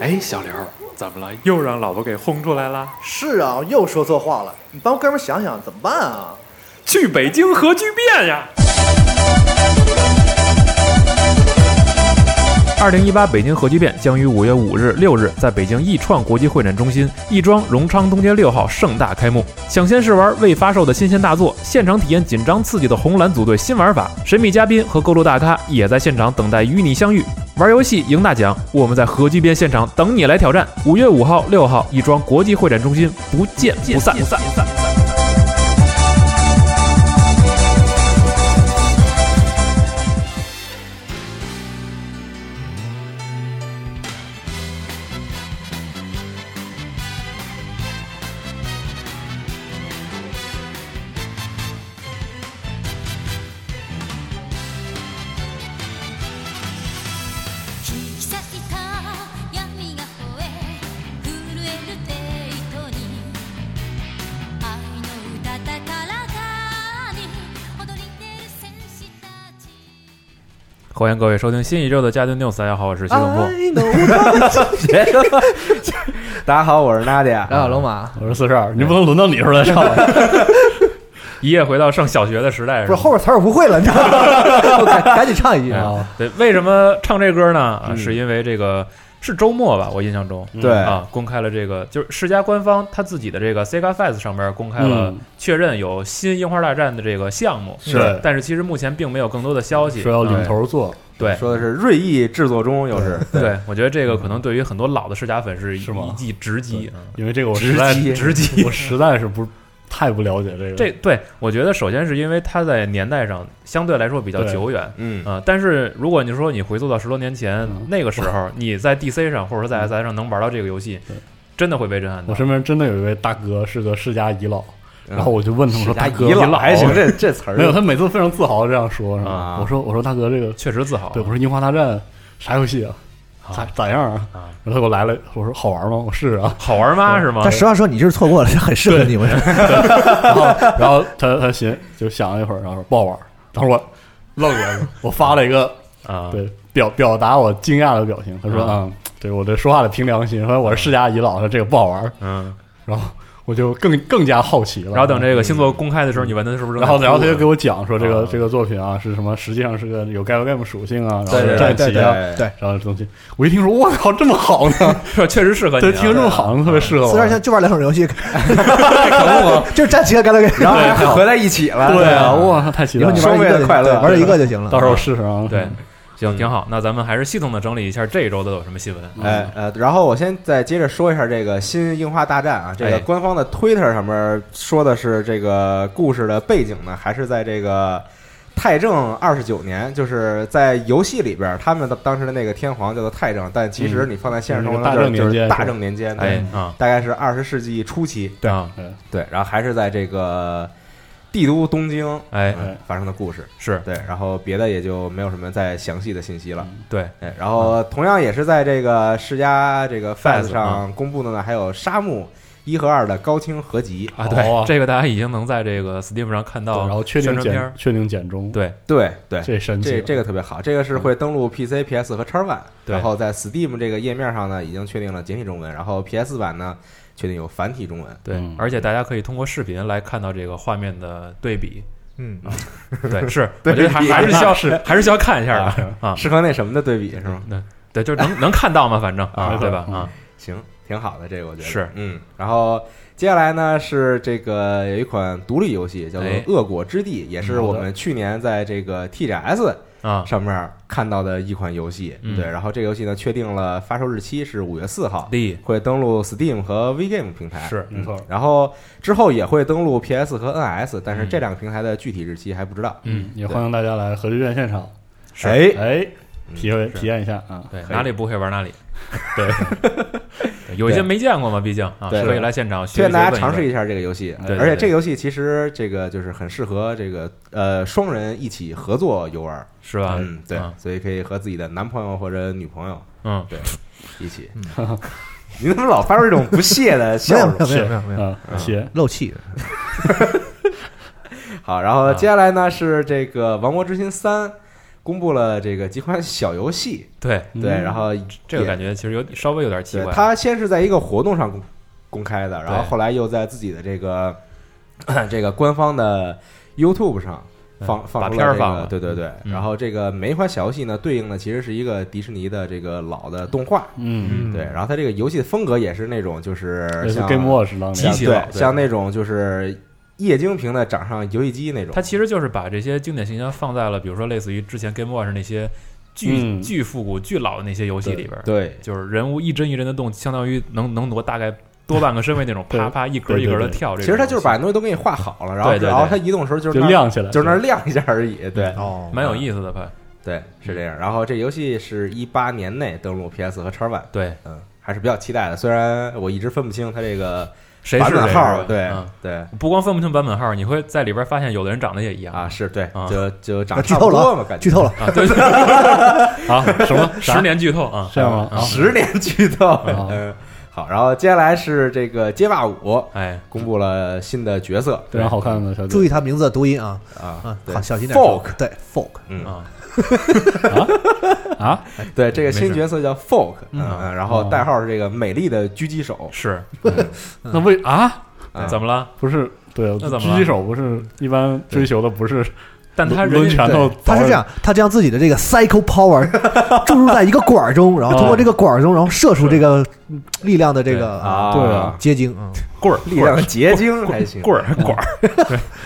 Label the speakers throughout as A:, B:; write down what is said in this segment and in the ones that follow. A: 哎，小刘，怎么了？又让老婆给轰出来了？
B: 是啊，我又说错话了，你帮哥们儿想想怎么办啊？
A: 去北京核聚变呀！
C: 二零一八北京核聚变将于五月五日、六日在北京易创国际会展中心亦庄荣昌东街六号盛大开幕。抢先试玩未发售的新鲜大作，现场体验紧张刺激的红蓝组队新玩法，神秘嘉宾和各路大咖也在现场等待与你相遇。玩游戏赢大奖，我们在核聚变现场等你来挑战。五月五号、六号，亦庄国际会展中心，不见不散。
D: 突き刺した闇が吠え震えるデートに愛の歌だからかに踊り出る戦士たち
C: 欢迎各位收听新一周的《家庭 news》，大家好，我是徐总部。
E: 大家好，我是 Nadia。
F: 大家好，龙马，
G: 我是四十二，你不能轮到你时候再唱吧？
C: 一夜回到上小学的时代，
B: 不是后面词儿我不会了，你知 道吗？
F: 我赶赶紧唱一句啊！
G: 啊，
C: 对，为什么唱这歌呢？啊
G: 嗯
C: 是因为这个是周末吧？我印象中。
E: 对
C: 啊，公开了这个，就是世嘉官方他自己的这个 Sega Fest 上面公开了
G: 嗯
C: 确认有新樱花大战的这个项目，
G: 是
C: 但是其实目前并没有更多的消息。
G: 说要领头做，
C: 对
E: 说的是锐意制作中，又是
C: 对，我觉得这个可能对于很多老的世嘉粉是一
G: 是吗
C: 记直击。嗯
G: 因为这个我实在
E: 直击
G: 直 击，我实在是不太不了解这个。
C: 这对我觉得，首先是因为它在年代上相对来说比较
G: 对
C: 久远，
E: 嗯，
C: 啊、但是如果你说你回溯到十多年前、
G: 嗯
C: 那个时候，你在 DC 上或者说在 SI 上能玩到这个游戏
G: 对，
C: 真的会被震撼到
G: 我。身边真的有一位大哥是个世家遗老，然后我就问他我说：“
E: 大
G: 大哥，啊
E: 姨老还行，这这词儿
G: 没有，他每次非常自豪地这样说，是吧
E: 啊？
G: 我说我说大哥，这个
C: 确实自豪。
G: 对我说樱花大战啥游戏啊？咋咋样啊？
C: 啊啊
G: 然后他给我来了，我说好玩吗？我试试啊。
C: 好玩吗？是吗
B: 但？实话说，你这是错过了，这很适合你们。
G: 然后然后他他寻就想了一会儿，然后说不好玩。然后我愣了，我发了一个
C: 啊，
G: 对表表达我惊讶的表情。他说
C: 嗯
G: 啊，对我这说话得凭良心，说我是世家遗老，说这个不好玩。
C: 嗯。
G: 然后我就更更加好奇了。嗯
C: 然后等这个星座公开的时候，你问他是不是正
G: 然
C: 在
G: 后，
C: 哭？
G: 然后他就给我讲说，这个、
C: 啊
G: 这个作品啊是什么？实际上是个有 galgame 属性啊，然后
E: 对
G: 是
E: 对
G: 战
E: 对
G: 旗
E: 对
G: 啊，
E: 对，
G: 然后这东西。我一听说，我靠，这么好呢？
C: 说 确实适合你、啊。
G: 对，听这么好呢，特别适合
B: 四十二现在
C: 啊
G: 我。
B: 就玩两种游戏，
E: 可不嘛。
B: 就是站起来干了个，
E: 然后还合在一起了，
G: 对啊，哇，太期
B: 以
G: 待
B: 后
G: 了
B: 你！玩一
E: 双倍
B: 个
E: 的
B: 就
E: 快乐
B: 对玩一个就行了。
G: 到时候我试试啊。
C: 对，行，
E: 嗯
C: 挺好。那咱们还是系统的整理一下这一周都有什么新闻。
E: 哎呃，然后我先再接着说一下这个新樱花大战啊，这
C: 哎
E: 个官方的 Twitter 上面说的是这个故事的背景呢，还是在这个太政二十九年，就是在游戏里边，他们的当时的那个天皇叫做太政，但其实
G: 嗯
E: 你放在现实
G: 就是
E: 中
G: 大
E: 就是
G: 正
E: 就
G: 年
E: 是
G: 间
E: 大
G: 是吧
E: 正年间，对
C: 哎，啊，
E: 大概是二十世纪初期，
C: 对啊，
E: 对，然后还是在这个帝都东京
C: 哎，
E: 嗯发生的故事，
C: 是
E: 对，然后别的也就没有什么再详细的信息了。
C: 对，
E: 对，然后同样也是在这个世嘉这个
C: Fest
E: Fest 上公布的呢，还有《沙漠一和二》的高清合集。
C: 啊，
G: 好
C: 对，
G: 啊
C: 这个大家已经能在这个 Steam 上看
G: 对
C: 到，
G: 然后确定
C: 宣传片
G: 简
C: 儿，
G: 确定简中，，
C: 对，
E: 对对，
G: 这神奇
E: 这
G: 了。
E: 这个特别好，这个是会登录 PC、PS 和 X One，
C: 对
E: 然后在 Steam 这个页面上呢，已经确定了简体中文，然后 PS 版呢确定有繁体中文。
C: 对，
G: 嗯
C: 而且大家可以通过视频来看到这个画面的对 比。
B: 嗯，
C: 对，是，我
E: 对
C: 觉得还
E: 比
C: 还是需要
G: 那是
C: 还是需要看一下的啊。
E: 是和那什么的对比是吗？
C: 对对，就是能能看到吗？反正啊，
G: 啊
C: 对吧？
G: 嗯
C: 啊，
E: 行，挺好的，这个我觉得
C: 是
E: 嗯。然后接下来呢是这个有一款独立游戏叫做
C: 哎嗯
E: 《恶果之地》，也是
G: 好的
E: 我们去年在这个 TGS
C: 啊，
E: 上面看到的一款游戏。
C: 嗯
E: 对，然后这个游戏呢，确定了发售日期是五月四号，
C: D
E: 会登陆 Steam 和 VGame 平台。。嗯
C: 是
G: 没错，
E: 然后之后也会登陆 PS 和 NS，但是
C: 嗯
E: 这两个平台的具体日期还不知道。
C: 嗯，
G: 也欢迎大家来核聚变现场，
C: 是
E: 哎，
G: 哎，
E: 嗯
G: 体验体验一下啊。
C: 对，
E: 可以
C: 哪里不会玩哪里。对， 有一些没见过嘛，毕竟啊，
E: 对
C: 可以来现场学
E: 推
C: 一
E: 荐
C: 学
E: 大家
C: 问
E: 尝试
C: 一
E: 一下这个游戏，
C: 对
E: 而
C: 对
E: 且这个游戏其实这个就是很适合这个呃双人一起合作游玩，
C: 问，是吧？
E: 嗯，对
C: 啊，
E: 所以可以和自己的男朋友或者女朋友
C: 嗯，
E: 一起。 你怎么老发出这种不屑 的笑
B: 没有
E: 容
B: 没？有没有
G: 是
B: 没有没有，
G: 啊，
C: 嗯
G: 谢
B: 漏气。
C: 啊
E: 好，然后接下来呢是这个《王国之心三》公布了这个几款小游戏，
C: 对，
E: 对，
G: 嗯
E: 然后
C: 这个
E: 也
C: 感觉其实有稍微有点奇
E: 对，
C: 怪。啊
E: 他先是在一个活动上公公开的，然后
C: 对
E: 后来又在自己的这个 这个官方的 YouTube 上放
C: 嗯
E: 放
C: 把
E: 出
C: 片儿
E: 这
C: 放
E: 个
C: 了
E: 对对对。
C: 嗯
E: 然后这个每一款小游戏呢，对应的其实是一个迪士尼的这个老的动画，
G: 嗯，
E: 对。然后它这个游戏的风格也是那种就是
C: 嗯
G: 类似
E: 像
G: Game Watch 当
C: 机
E: 像
G: 年
C: 器
E: 对
C: 了，对
E: 像那种就是液晶屏的掌上游戏机那种
C: 它。其实就是把这些经典形象放在了，比如说类似于之前 Game Watch 那些巨、
G: 嗯
C: 巨复古、巨老的那些游戏里边儿，
E: 对，
C: 就是人物一帧一帧的动，相当于能能挪大概多半个身位那种，
G: 对
C: 啪啪一格一格
G: 对
C: 的
G: 对对
C: 跳这种东西。
E: 其实它就是把东西都给你画好了，然后
C: 对对对嗯
E: 然后它移动的时候就是
G: 就
E: 那儿
G: 亮起来，
E: 就是那儿亮一下而已，对。
B: 哦
C: 蛮有意思的吧？
E: 对，是这样。然后这游戏是一八年内登陆 PS 和叉版，
C: 对，
E: 嗯，还是比较期待的。虽然我一直分不清它这个
C: 谁
E: 版
C: 是
E: 本
C: 谁
E: 号，
C: 是吧
E: 对、
C: 嗯
E: 对
C: 不光分不清版本号，你会在里边发现有的人长得也一 样
E: 啊，是对，
C: 啊
E: 就就长
B: 那
E: 得
B: 剧
E: 差
B: 透
E: 不
B: 了
E: 多嘛，感觉
B: 剧透了，
C: 啊！对，
G: 啊什么
C: 十年剧透啊！
G: 这样吗？啊
E: 十年剧透。
G: 啊
E: 嗯，好，然后接下来是这个街霸五
C: 哎，
E: 公布了新的角色，
G: 非常好看的小
B: 注
G: 姐
B: 意他名字的读音啊
E: 啊
B: 啊，，
E: 对
B: 好，小心点说。
E: folk，
B: 对 folk，
E: 嗯，
C: 啊，
G: 啊，
E: 对，这个
C: 没
E: 新
C: 事
E: 角色叫 folk，嗯，
C: 嗯
E: 嗯然后
G: 哦
E: 代号是这个美丽的狙击手，
C: 是
G: 那为啊
E: 啊
C: 嗯怎么了？
G: 不是对
C: 那怎么了
G: 狙击手不是一般追求的不是
C: 但他
G: 抡
C: 人家
G: 拳头，
B: 他是这样，他将自己的这个 psycho power 注入在一个管儿中，然后通过这个管儿中，然后射出这个嗯力量的这个
E: 啊，
G: 对啊，
B: 结晶啊。
C: 棍儿
E: 力量结晶还行，
C: 棍儿管儿，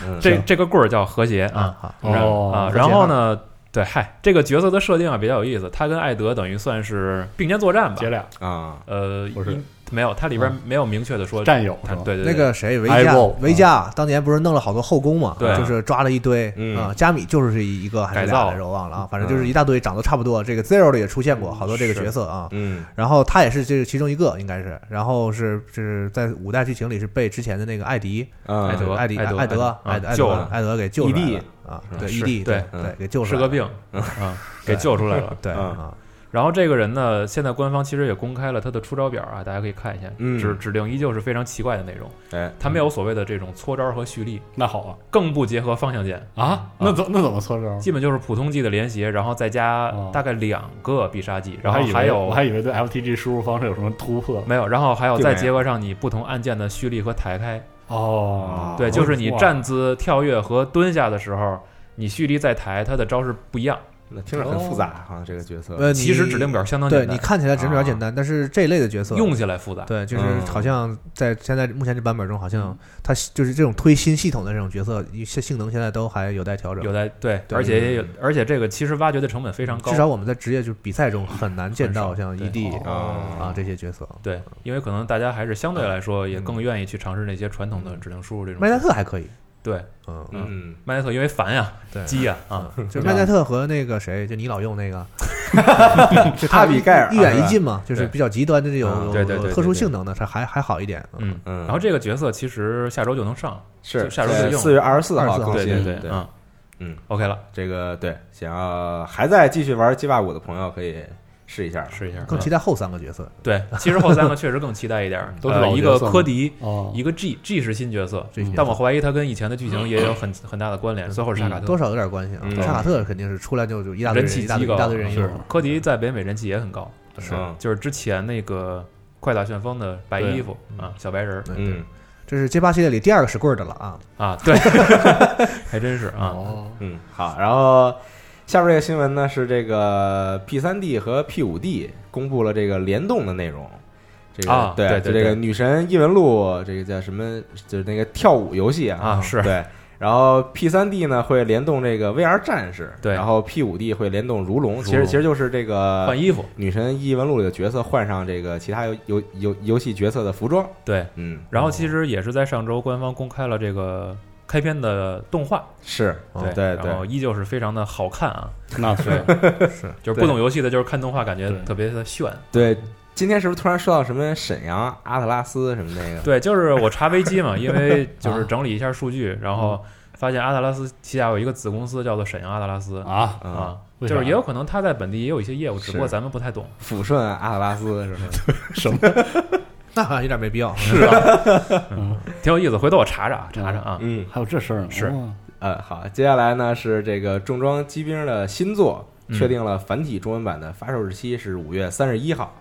E: 嗯
C: 这这个棍儿叫和谐啊。
B: 啊，
G: 哦
C: 然后啊，
B: 和谐
C: 然后
B: 号
C: 呢，对，嗨，这个角色的设定啊比较有意思，他跟艾德等于算是并肩作战吧
G: 姐，俩
E: 啊，
C: 呃，
G: 不是嗯
C: 一没有，它里边没有明确的说
G: 战友
C: 他
G: 是吧？
C: 对对
B: 那
C: 对
B: 个谁，维
G: I
B: 嘉
G: vote，，
B: 维嘉啊当年不是弄了好多后宫嘛？
C: 对啊
B: 就是抓了一堆
E: 嗯
B: 啊，加米就是一个还是俩
C: 改
B: 来
C: 造嗯
B: 着，我忘了啊，反正就是一大堆，长得差不多。这个 Zero 里也出现过好多这个
C: 是
B: 角色啊。
E: 嗯
B: 然后他也是这个其中一个，应该是，然后是是在五代剧情里是被之前的那个艾迪、
E: 嗯，
C: 艾德
B: 艾迪、
C: 艾德
B: 艾德、
C: 艾
B: 艾
C: 德啊
B: 德、艾
C: 救
B: 德
C: 了 E
B: 艾德给救出来了啊
E: 嗯，
B: 对，
C: 是
B: 异地
C: 对
E: 嗯
B: 对给救出
C: 是
B: 来
C: 个
B: 了，
C: 病啊，给救出来了。
B: 对
E: 嗯
B: 啊，
C: 然后这个人呢，现在官方其实也公开了他的出招表啊，大家可以看一下
E: 嗯，
C: 指指令依旧是非常奇怪的内容，
E: 哎，
C: 他没有所谓的这种搓招和蓄力，
G: 那好啊
C: 更不结合方向键。
G: 啊，
C: 嗯
G: 那怎那怎么搓招？
C: 基本就是普通技的连携，然后再加
G: 嗯哦
C: 大概两个必杀 技，然
G: 我
C: 后
G: 以为
C: 还有
G: 我还以为对 FTG 输入方式有什么突破
C: 没有，然后还有
E: 并
C: 再
E: 没
C: 结合上你不同按键的蓄力和抬开，
G: 哦
C: 对，就是你
G: 哇
C: 站姿、跳跃和蹲下的时候，你蓄力再抬，它的招式不一样。
E: 那听着很复杂哈，这个角色，
B: 呃，
C: 其实
B: 你
C: 指令表相当
B: 对
C: 简
B: 你
C: 单，啊
B: 看起来指令表简单，但是这一类的角色
C: 用起来复杂。
B: 对，就是
E: 嗯
B: 好像在现在目前这版本中，好
C: 嗯
B: 像它就是这种推新系统的这种角色，一些性能现在都还有待调整
C: 有。在对，
B: 对
C: 而且也有，而且这个其实挖掘的成本非常高，
B: 至少我们在职业就是比赛中很难见到
C: 很少
B: 像
C: 对
B: ED
E: 哦
B: 啊这些角色。
C: 对，因为可能大家还是相对来说也更愿意去尝试那些传统的指令输入这种。
B: 嗯麦加特还可以，
C: 对
B: 嗯，
E: 嗯，
C: 麦加特因为烦呀、
B: 对，嗯
C: 鸡呀啊，
B: 就麦加特和那个谁，就你老用那个，就
E: 阿比盖尔啊
B: 一远一近嘛，就是
C: 对啊
B: 比较极端的这
E: 嗯
B: 种
C: 对对对对
B: 有特殊性能的，它还还好一点。
C: 嗯
E: 嗯
C: 然后这个角色其实下周就能上，
E: 是
C: 就下周就用
E: 四月二十四号
B: 24号
E: 更
C: 对
E: 新，
C: 对
E: 对
C: 对，嗯
E: 嗯
C: ，OK 了，
E: 这个对，想要还在继续玩街霸五的朋友可以试一下，
C: 试一下。
B: 更期待后三个角色，
C: 对，其实后三个确实更期待一点儿，
G: 都是
C: 呃
G: 老
C: 一
G: 角
C: 个
G: 色
C: 科
G: 吗
C: 迪，
G: 哦
C: 一个 G G 是新角色
B: 这些角，色
C: 嗯
B: 嗯
C: 但我怀疑他跟以前的剧情也有很很大的关联，最后是沙卡特
B: 多。少有点关系啊
E: 嗯。
B: 沙卡特肯定是出来就就一大堆
C: 人
B: 人，
C: 气
B: 一大堆
C: 极高，
B: 一大堆人
G: 是
B: 用。
C: 科迪在北美人气也很高，
E: 是
C: 就是之前那个快打旋风的白衣服啊，小白人儿
B: 对
E: 嗯
B: 这是街霸系列里第二个使棍儿的了啊！
C: 啊，对，还真是啊，
G: 哦，
E: 嗯，好，然后下面这个新闻呢是这个 P 三 D 和 P 五 D 公布了这个联动的内容。这个、
C: 啊
E: 对
C: 对对
E: 就这个
C: 对
E: 女神异闻录，这个叫什么？就是那个跳舞游戏
C: 啊是
E: 对。然后 P 三 D 呢会联动这个 VR 战士，
C: 对
E: 然后 P 五 D 会联动如龙，其实
C: 龙
E: 其实就是这个
C: 换衣服，
E: 女神异闻录里的角色换上这个其他游游游游戏角色的服装，
C: 对。
E: 嗯，
C: 然后其实也是在上周官方公开了这个开篇的动画，
E: 是
C: 对
E: 哦对
C: 哦然后
E: 对，
C: 依旧是非常的好看啊，
G: 那是
B: 是，
C: 就是不懂游戏的，就是看动画感觉
G: 对
C: 特别的炫。
E: 对。今天是不是突然说到什么沈阳阿特拉斯什么那个？
C: 对，就是我查维基嘛，因为就是整理一下数据，然后发现阿特拉斯旗下有一个子公司叫做沈阳阿特拉斯
G: 啊，
E: 嗯
C: 啊，
G: 为
C: 就
G: 啥
C: 是也有可能他在本地也有一些业务，只不过
E: 是
C: 咱们不太懂。
E: 抚顺阿特拉斯是吗？
G: 什么
B: 那 好像有点没必要。
C: 嗯是啊，挺有意思，回头我查查啊，查查啊。
E: 嗯，
G: 还有这事儿呢？
C: 是
G: 哦
E: 嗯，好，接下来呢是这个重装机兵的新作，
C: 嗯
E: 确定了繁体中文版的发售日期是五月三十一号。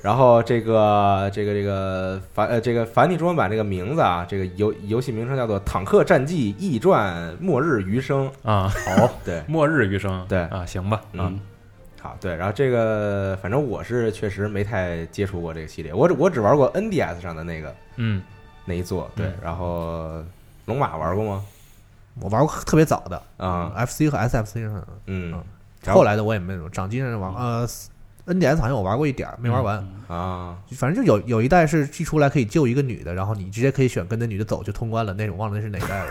E: 然后这个这个这个繁呃这个繁体中文版这个名字啊，这个游游戏名称叫做《坦克战记异传末日余生》。
C: 啊，
E: 好，对，
C: 末日余生，
E: 嗯对
C: 啊，行吧，啊
E: 嗯，好，对，然后这个反正我是确实没太接触过这个系列，我只我只玩过 NDS 上的那个
C: 嗯，
E: 那一座，对
C: 嗯，
E: 然后龙马玩过吗？
B: 我玩过特别早的
E: 啊，
B: FC 和 SFC 上的，
E: 嗯然后
B: 后来的我也没有掌机上玩过，呃，NDS 好像我玩过一点儿，没玩
C: 嗯
B: 完。
E: 啊，
B: 反正就有有一代是一出来可以救一个女的，然后你直接可以选跟那女的走就通关了那种，忘了那是哪 代了。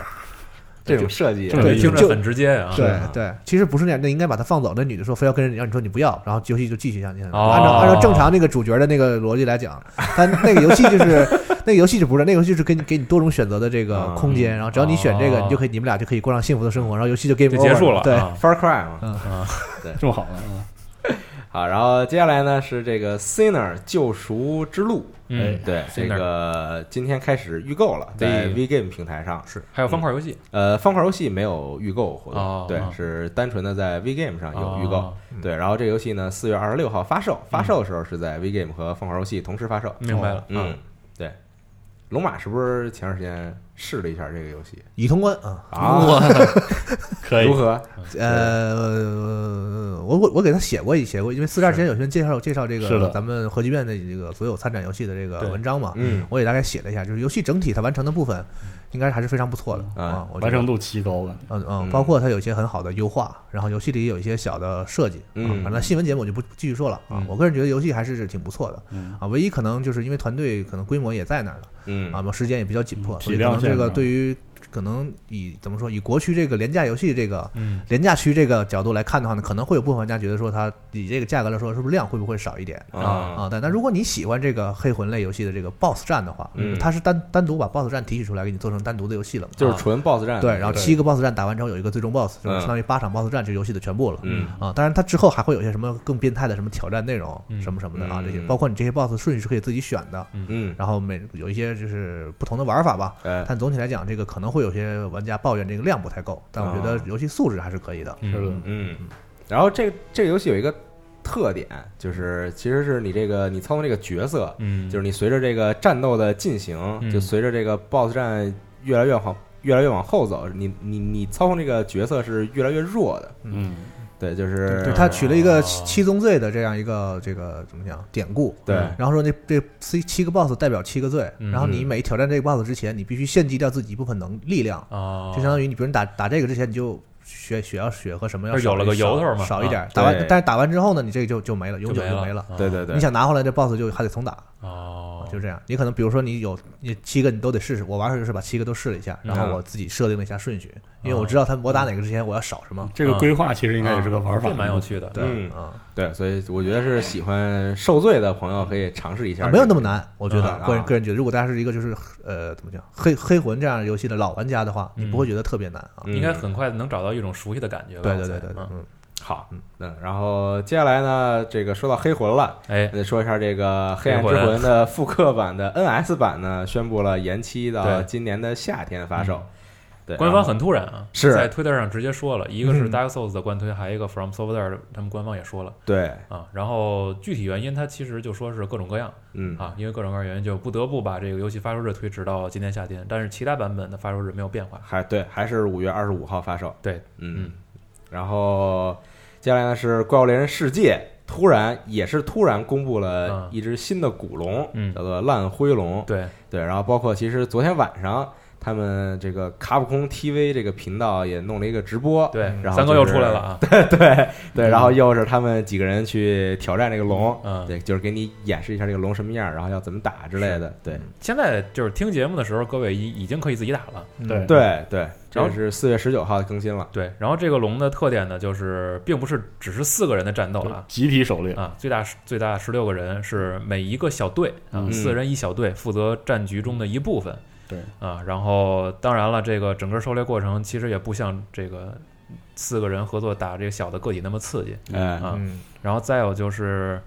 E: 这种设计
G: 这
C: 对，
G: 就
C: 听着很直接啊，
B: 对对，其实不是那样，那应该把她放走。那女的说非要跟着你，让你说你不要，然后游戏就继续下去。
C: 哦
B: 按照按照正常那个主角的那个逻辑来讲，但那个游戏就是那个游戏就不是，那个游戏是给你给你多种选择的这个
E: 嗯
B: 空间，然后只要你选这个，
C: 啊哦
B: 你就可以你们俩就可以过上幸福的生活，然后游戏就 game
C: 就结
B: over
C: 束了，
B: 对，
C: 啊
E: Far Cry 嘛，
G: 这么好 呢？嗯
E: 好，然后接下来呢是这个《Sinner 救赎之路》，
C: 嗯，
E: 对，这
C: Sinner
E: 个今天开始预购了，在 VGame 平台上是
C: 还有方块游戏
E: 呃，方块游戏没有预购活动，
C: 哦
E: 对，
C: 哦
E: 是单纯的在 VGame 上有预购，
C: 哦
E: 对，然后这个游戏呢四月二十六号发售，发售的时候是在 VGame 和方块游戏同时发售，
C: 明白了
E: 嗯，对，龙马是不是前段时间试了一下这个游戏
B: 已通关啊。
E: 啊？
G: 可以
E: 如，何？
B: 呃，我我我给他写过一写过，因为四十二之前有些介绍介绍这
G: 是
B: 个
G: 的
B: 咱们核聚变的这个所有参展游戏的这个
C: 对
B: 文章嘛，
E: 嗯
B: 我也大概写了一下，就是游戏整体它完成的部分，应该还是非常不错的
E: 嗯
B: 啊，我觉得
G: 嗯完成度奇高了。
B: 嗯嗯，
E: 嗯
B: 包括它有一些很好的优化，然后游戏里也有一些小的设计，
E: 嗯
B: 啊反正新闻节目我就不继续说了啊
G: 嗯。
B: 我个人觉得游戏还是挺不错的
G: 嗯，
B: 啊，唯一可能就是因为团队可能规模也在那儿了
E: 嗯
B: 啊，时间也比较紧迫，
G: 嗯
B: 所以
G: 体
B: 可
G: 量
B: 能这
G: 限
B: 个
G: 制
B: 对于可能以怎么说以国区这个廉价游戏这个
C: 嗯
B: 廉价区这个角度来看的话呢，可能会有部分玩家觉得说它以这个价格来说，是不是量会不会少一点？
E: 啊
B: 啊，但但如果你喜欢这个黑魂类游戏的这个 BOSS 战的话，
E: 嗯
B: 它是单单独把 BOSS 战提取出来给你做成单独的游戏了嘛，
E: 就是
B: 啊
E: 纯 BOSS 战
B: 对，然后七个 BOSS 战打完之后有一个最终 BOSS，就是
E: 嗯
B: 相当于八场 BOSS 战这游戏的全部了。
E: 嗯
B: 啊，当然它之后还会有一些什么更变态的什么挑战内容
C: 嗯
B: 什么什么的啊，
E: 嗯
B: 这些包括你这些 BOSS 顺序是可以自己选的，
E: 嗯，
B: 然后每有一些就是不同的玩法吧。
E: 哎，
B: 但总体来讲，这个可能会有些玩家抱怨这个量不太够，但我觉得
E: 啊
B: 游戏素质还是可以的。
C: 嗯
G: 是的
E: 嗯，然后这个这个游戏有一个特点，就是其实是你这个你操纵这个角色，
C: 嗯，
E: 就是你随着这个战斗的进行，
C: 嗯
E: 就随着这个 BOSS 战越来越往越来越往后走，你你你操控这个角色是越来越弱的，
G: 嗯，
E: 对，就是
B: 对他取了一个
C: 哦
B: 七七宗罪的这样一个这个怎么讲典故，
E: 对
B: 然后说那这七七个 boss 代表七个罪，
C: 嗯
B: 然后你每挑战这个 boss 之前，你必须献祭掉自己一部分能力量，
C: 啊，
B: 就相当于你比如你打打这个之前你就血血要血和什么要
C: 就
B: 少
C: 有了个
B: 少
C: 由头嘛
B: 少一点
E: 啊，
B: 打完
E: 对
B: 但是打完之后呢，你这个就就没了，永久就没
C: 了
B: 了。，
E: 对对对，
B: 啊你想拿回来这 boss 就还得重打，
C: 哦，
B: 就这样。你可能比如说你有你七个你都得试试，我玩的时候是把七个都试了一下，然后
E: 嗯
B: 我自己设定了一下顺序，因为
C: 哦
B: 我知道他我打哪个之前我要少什
C: 嗯
B: 么。
G: 这个规划其实应该也是个玩法，
C: 这蛮有。趣的，
B: 对
E: 嗯
B: 啊，
E: 对，所以我觉得是喜欢受罪的朋友可以尝试一下、
B: 啊，没有那么难，我觉得、
E: 嗯
B: 个
E: 啊
B: 人个人觉得，如果大家是一个就是呃怎么讲黑黑魂这样的游戏的老玩家的话，
C: 嗯
B: 你不会觉得特别难啊。
E: 嗯
C: 应该很快能找到一种熟悉的感觉吧，
B: 对
C: 我
B: 对
C: 猜
B: 对对对，
C: 嗯
B: 嗯，
E: 好。嗯，然后接下来呢，这个说到黑魂了，
C: 哎，
E: 得说一下这个《黑暗之
C: 黑
E: 魂
C: 魂》
E: 的复刻版的 NS 版呢，宣布了延期到
C: 对嗯
E: 今年的夏天发售。对，
C: 官
E: 然
C: 方
E: 后
C: 很突然啊，
E: 是嗯
C: 在推特上直接说了，一个是 Dark Souls 的官推，还有一个 From Software 的他们官方也说了
E: 对，
C: 啊。然后具体原因，它其实就说是各种各样
E: 嗯
C: 啊，因为各种各样原因，就不得不把这个游戏发售日推迟到今年夏天。但是其他版本的发售日没有变化。
E: 还对，还是五月二十五号发售。
C: 对，
E: 嗯，然后接下来呢是《怪物猎人世界》，突然也是突然公布了
C: 嗯
E: 一只新的古龙，
C: 嗯
E: 叫做烂灰龙。
C: 对，
E: 对，然后包括其实昨天晚上。他们这个卡普空 TV 这个频道也弄了一个直播，
C: 对，
E: 嗯然后
C: 三哥
E: 就
C: 又
E: 是
C: 出来了啊，
E: 对对，然后又是他们几个人去挑战这个龙，
C: 嗯
E: 对，就是给你演示一下这个龙什么样，然后要怎么打之类的，对
C: 现在就是听节目的时候，各位已已经可以自己打了。
G: 对，
B: 嗯
E: 对对，这
C: 然后
E: 个是四月十九号更新了，
C: 对，然后这个龙的特点呢，就是并不是只是四个人的战斗了啊，
G: 集体狩猎，
C: 啊，最大十最大十六个人是每一个小队啊，
G: 嗯
C: 四人一小队负责战局中的一部分。
G: 对
C: 啊，然后当然了，这个整个狩猎过程其实也不像这个四个人合作打这个小的个体那么刺激
E: 哎，
C: 啊。
B: 嗯
C: 然后再有就是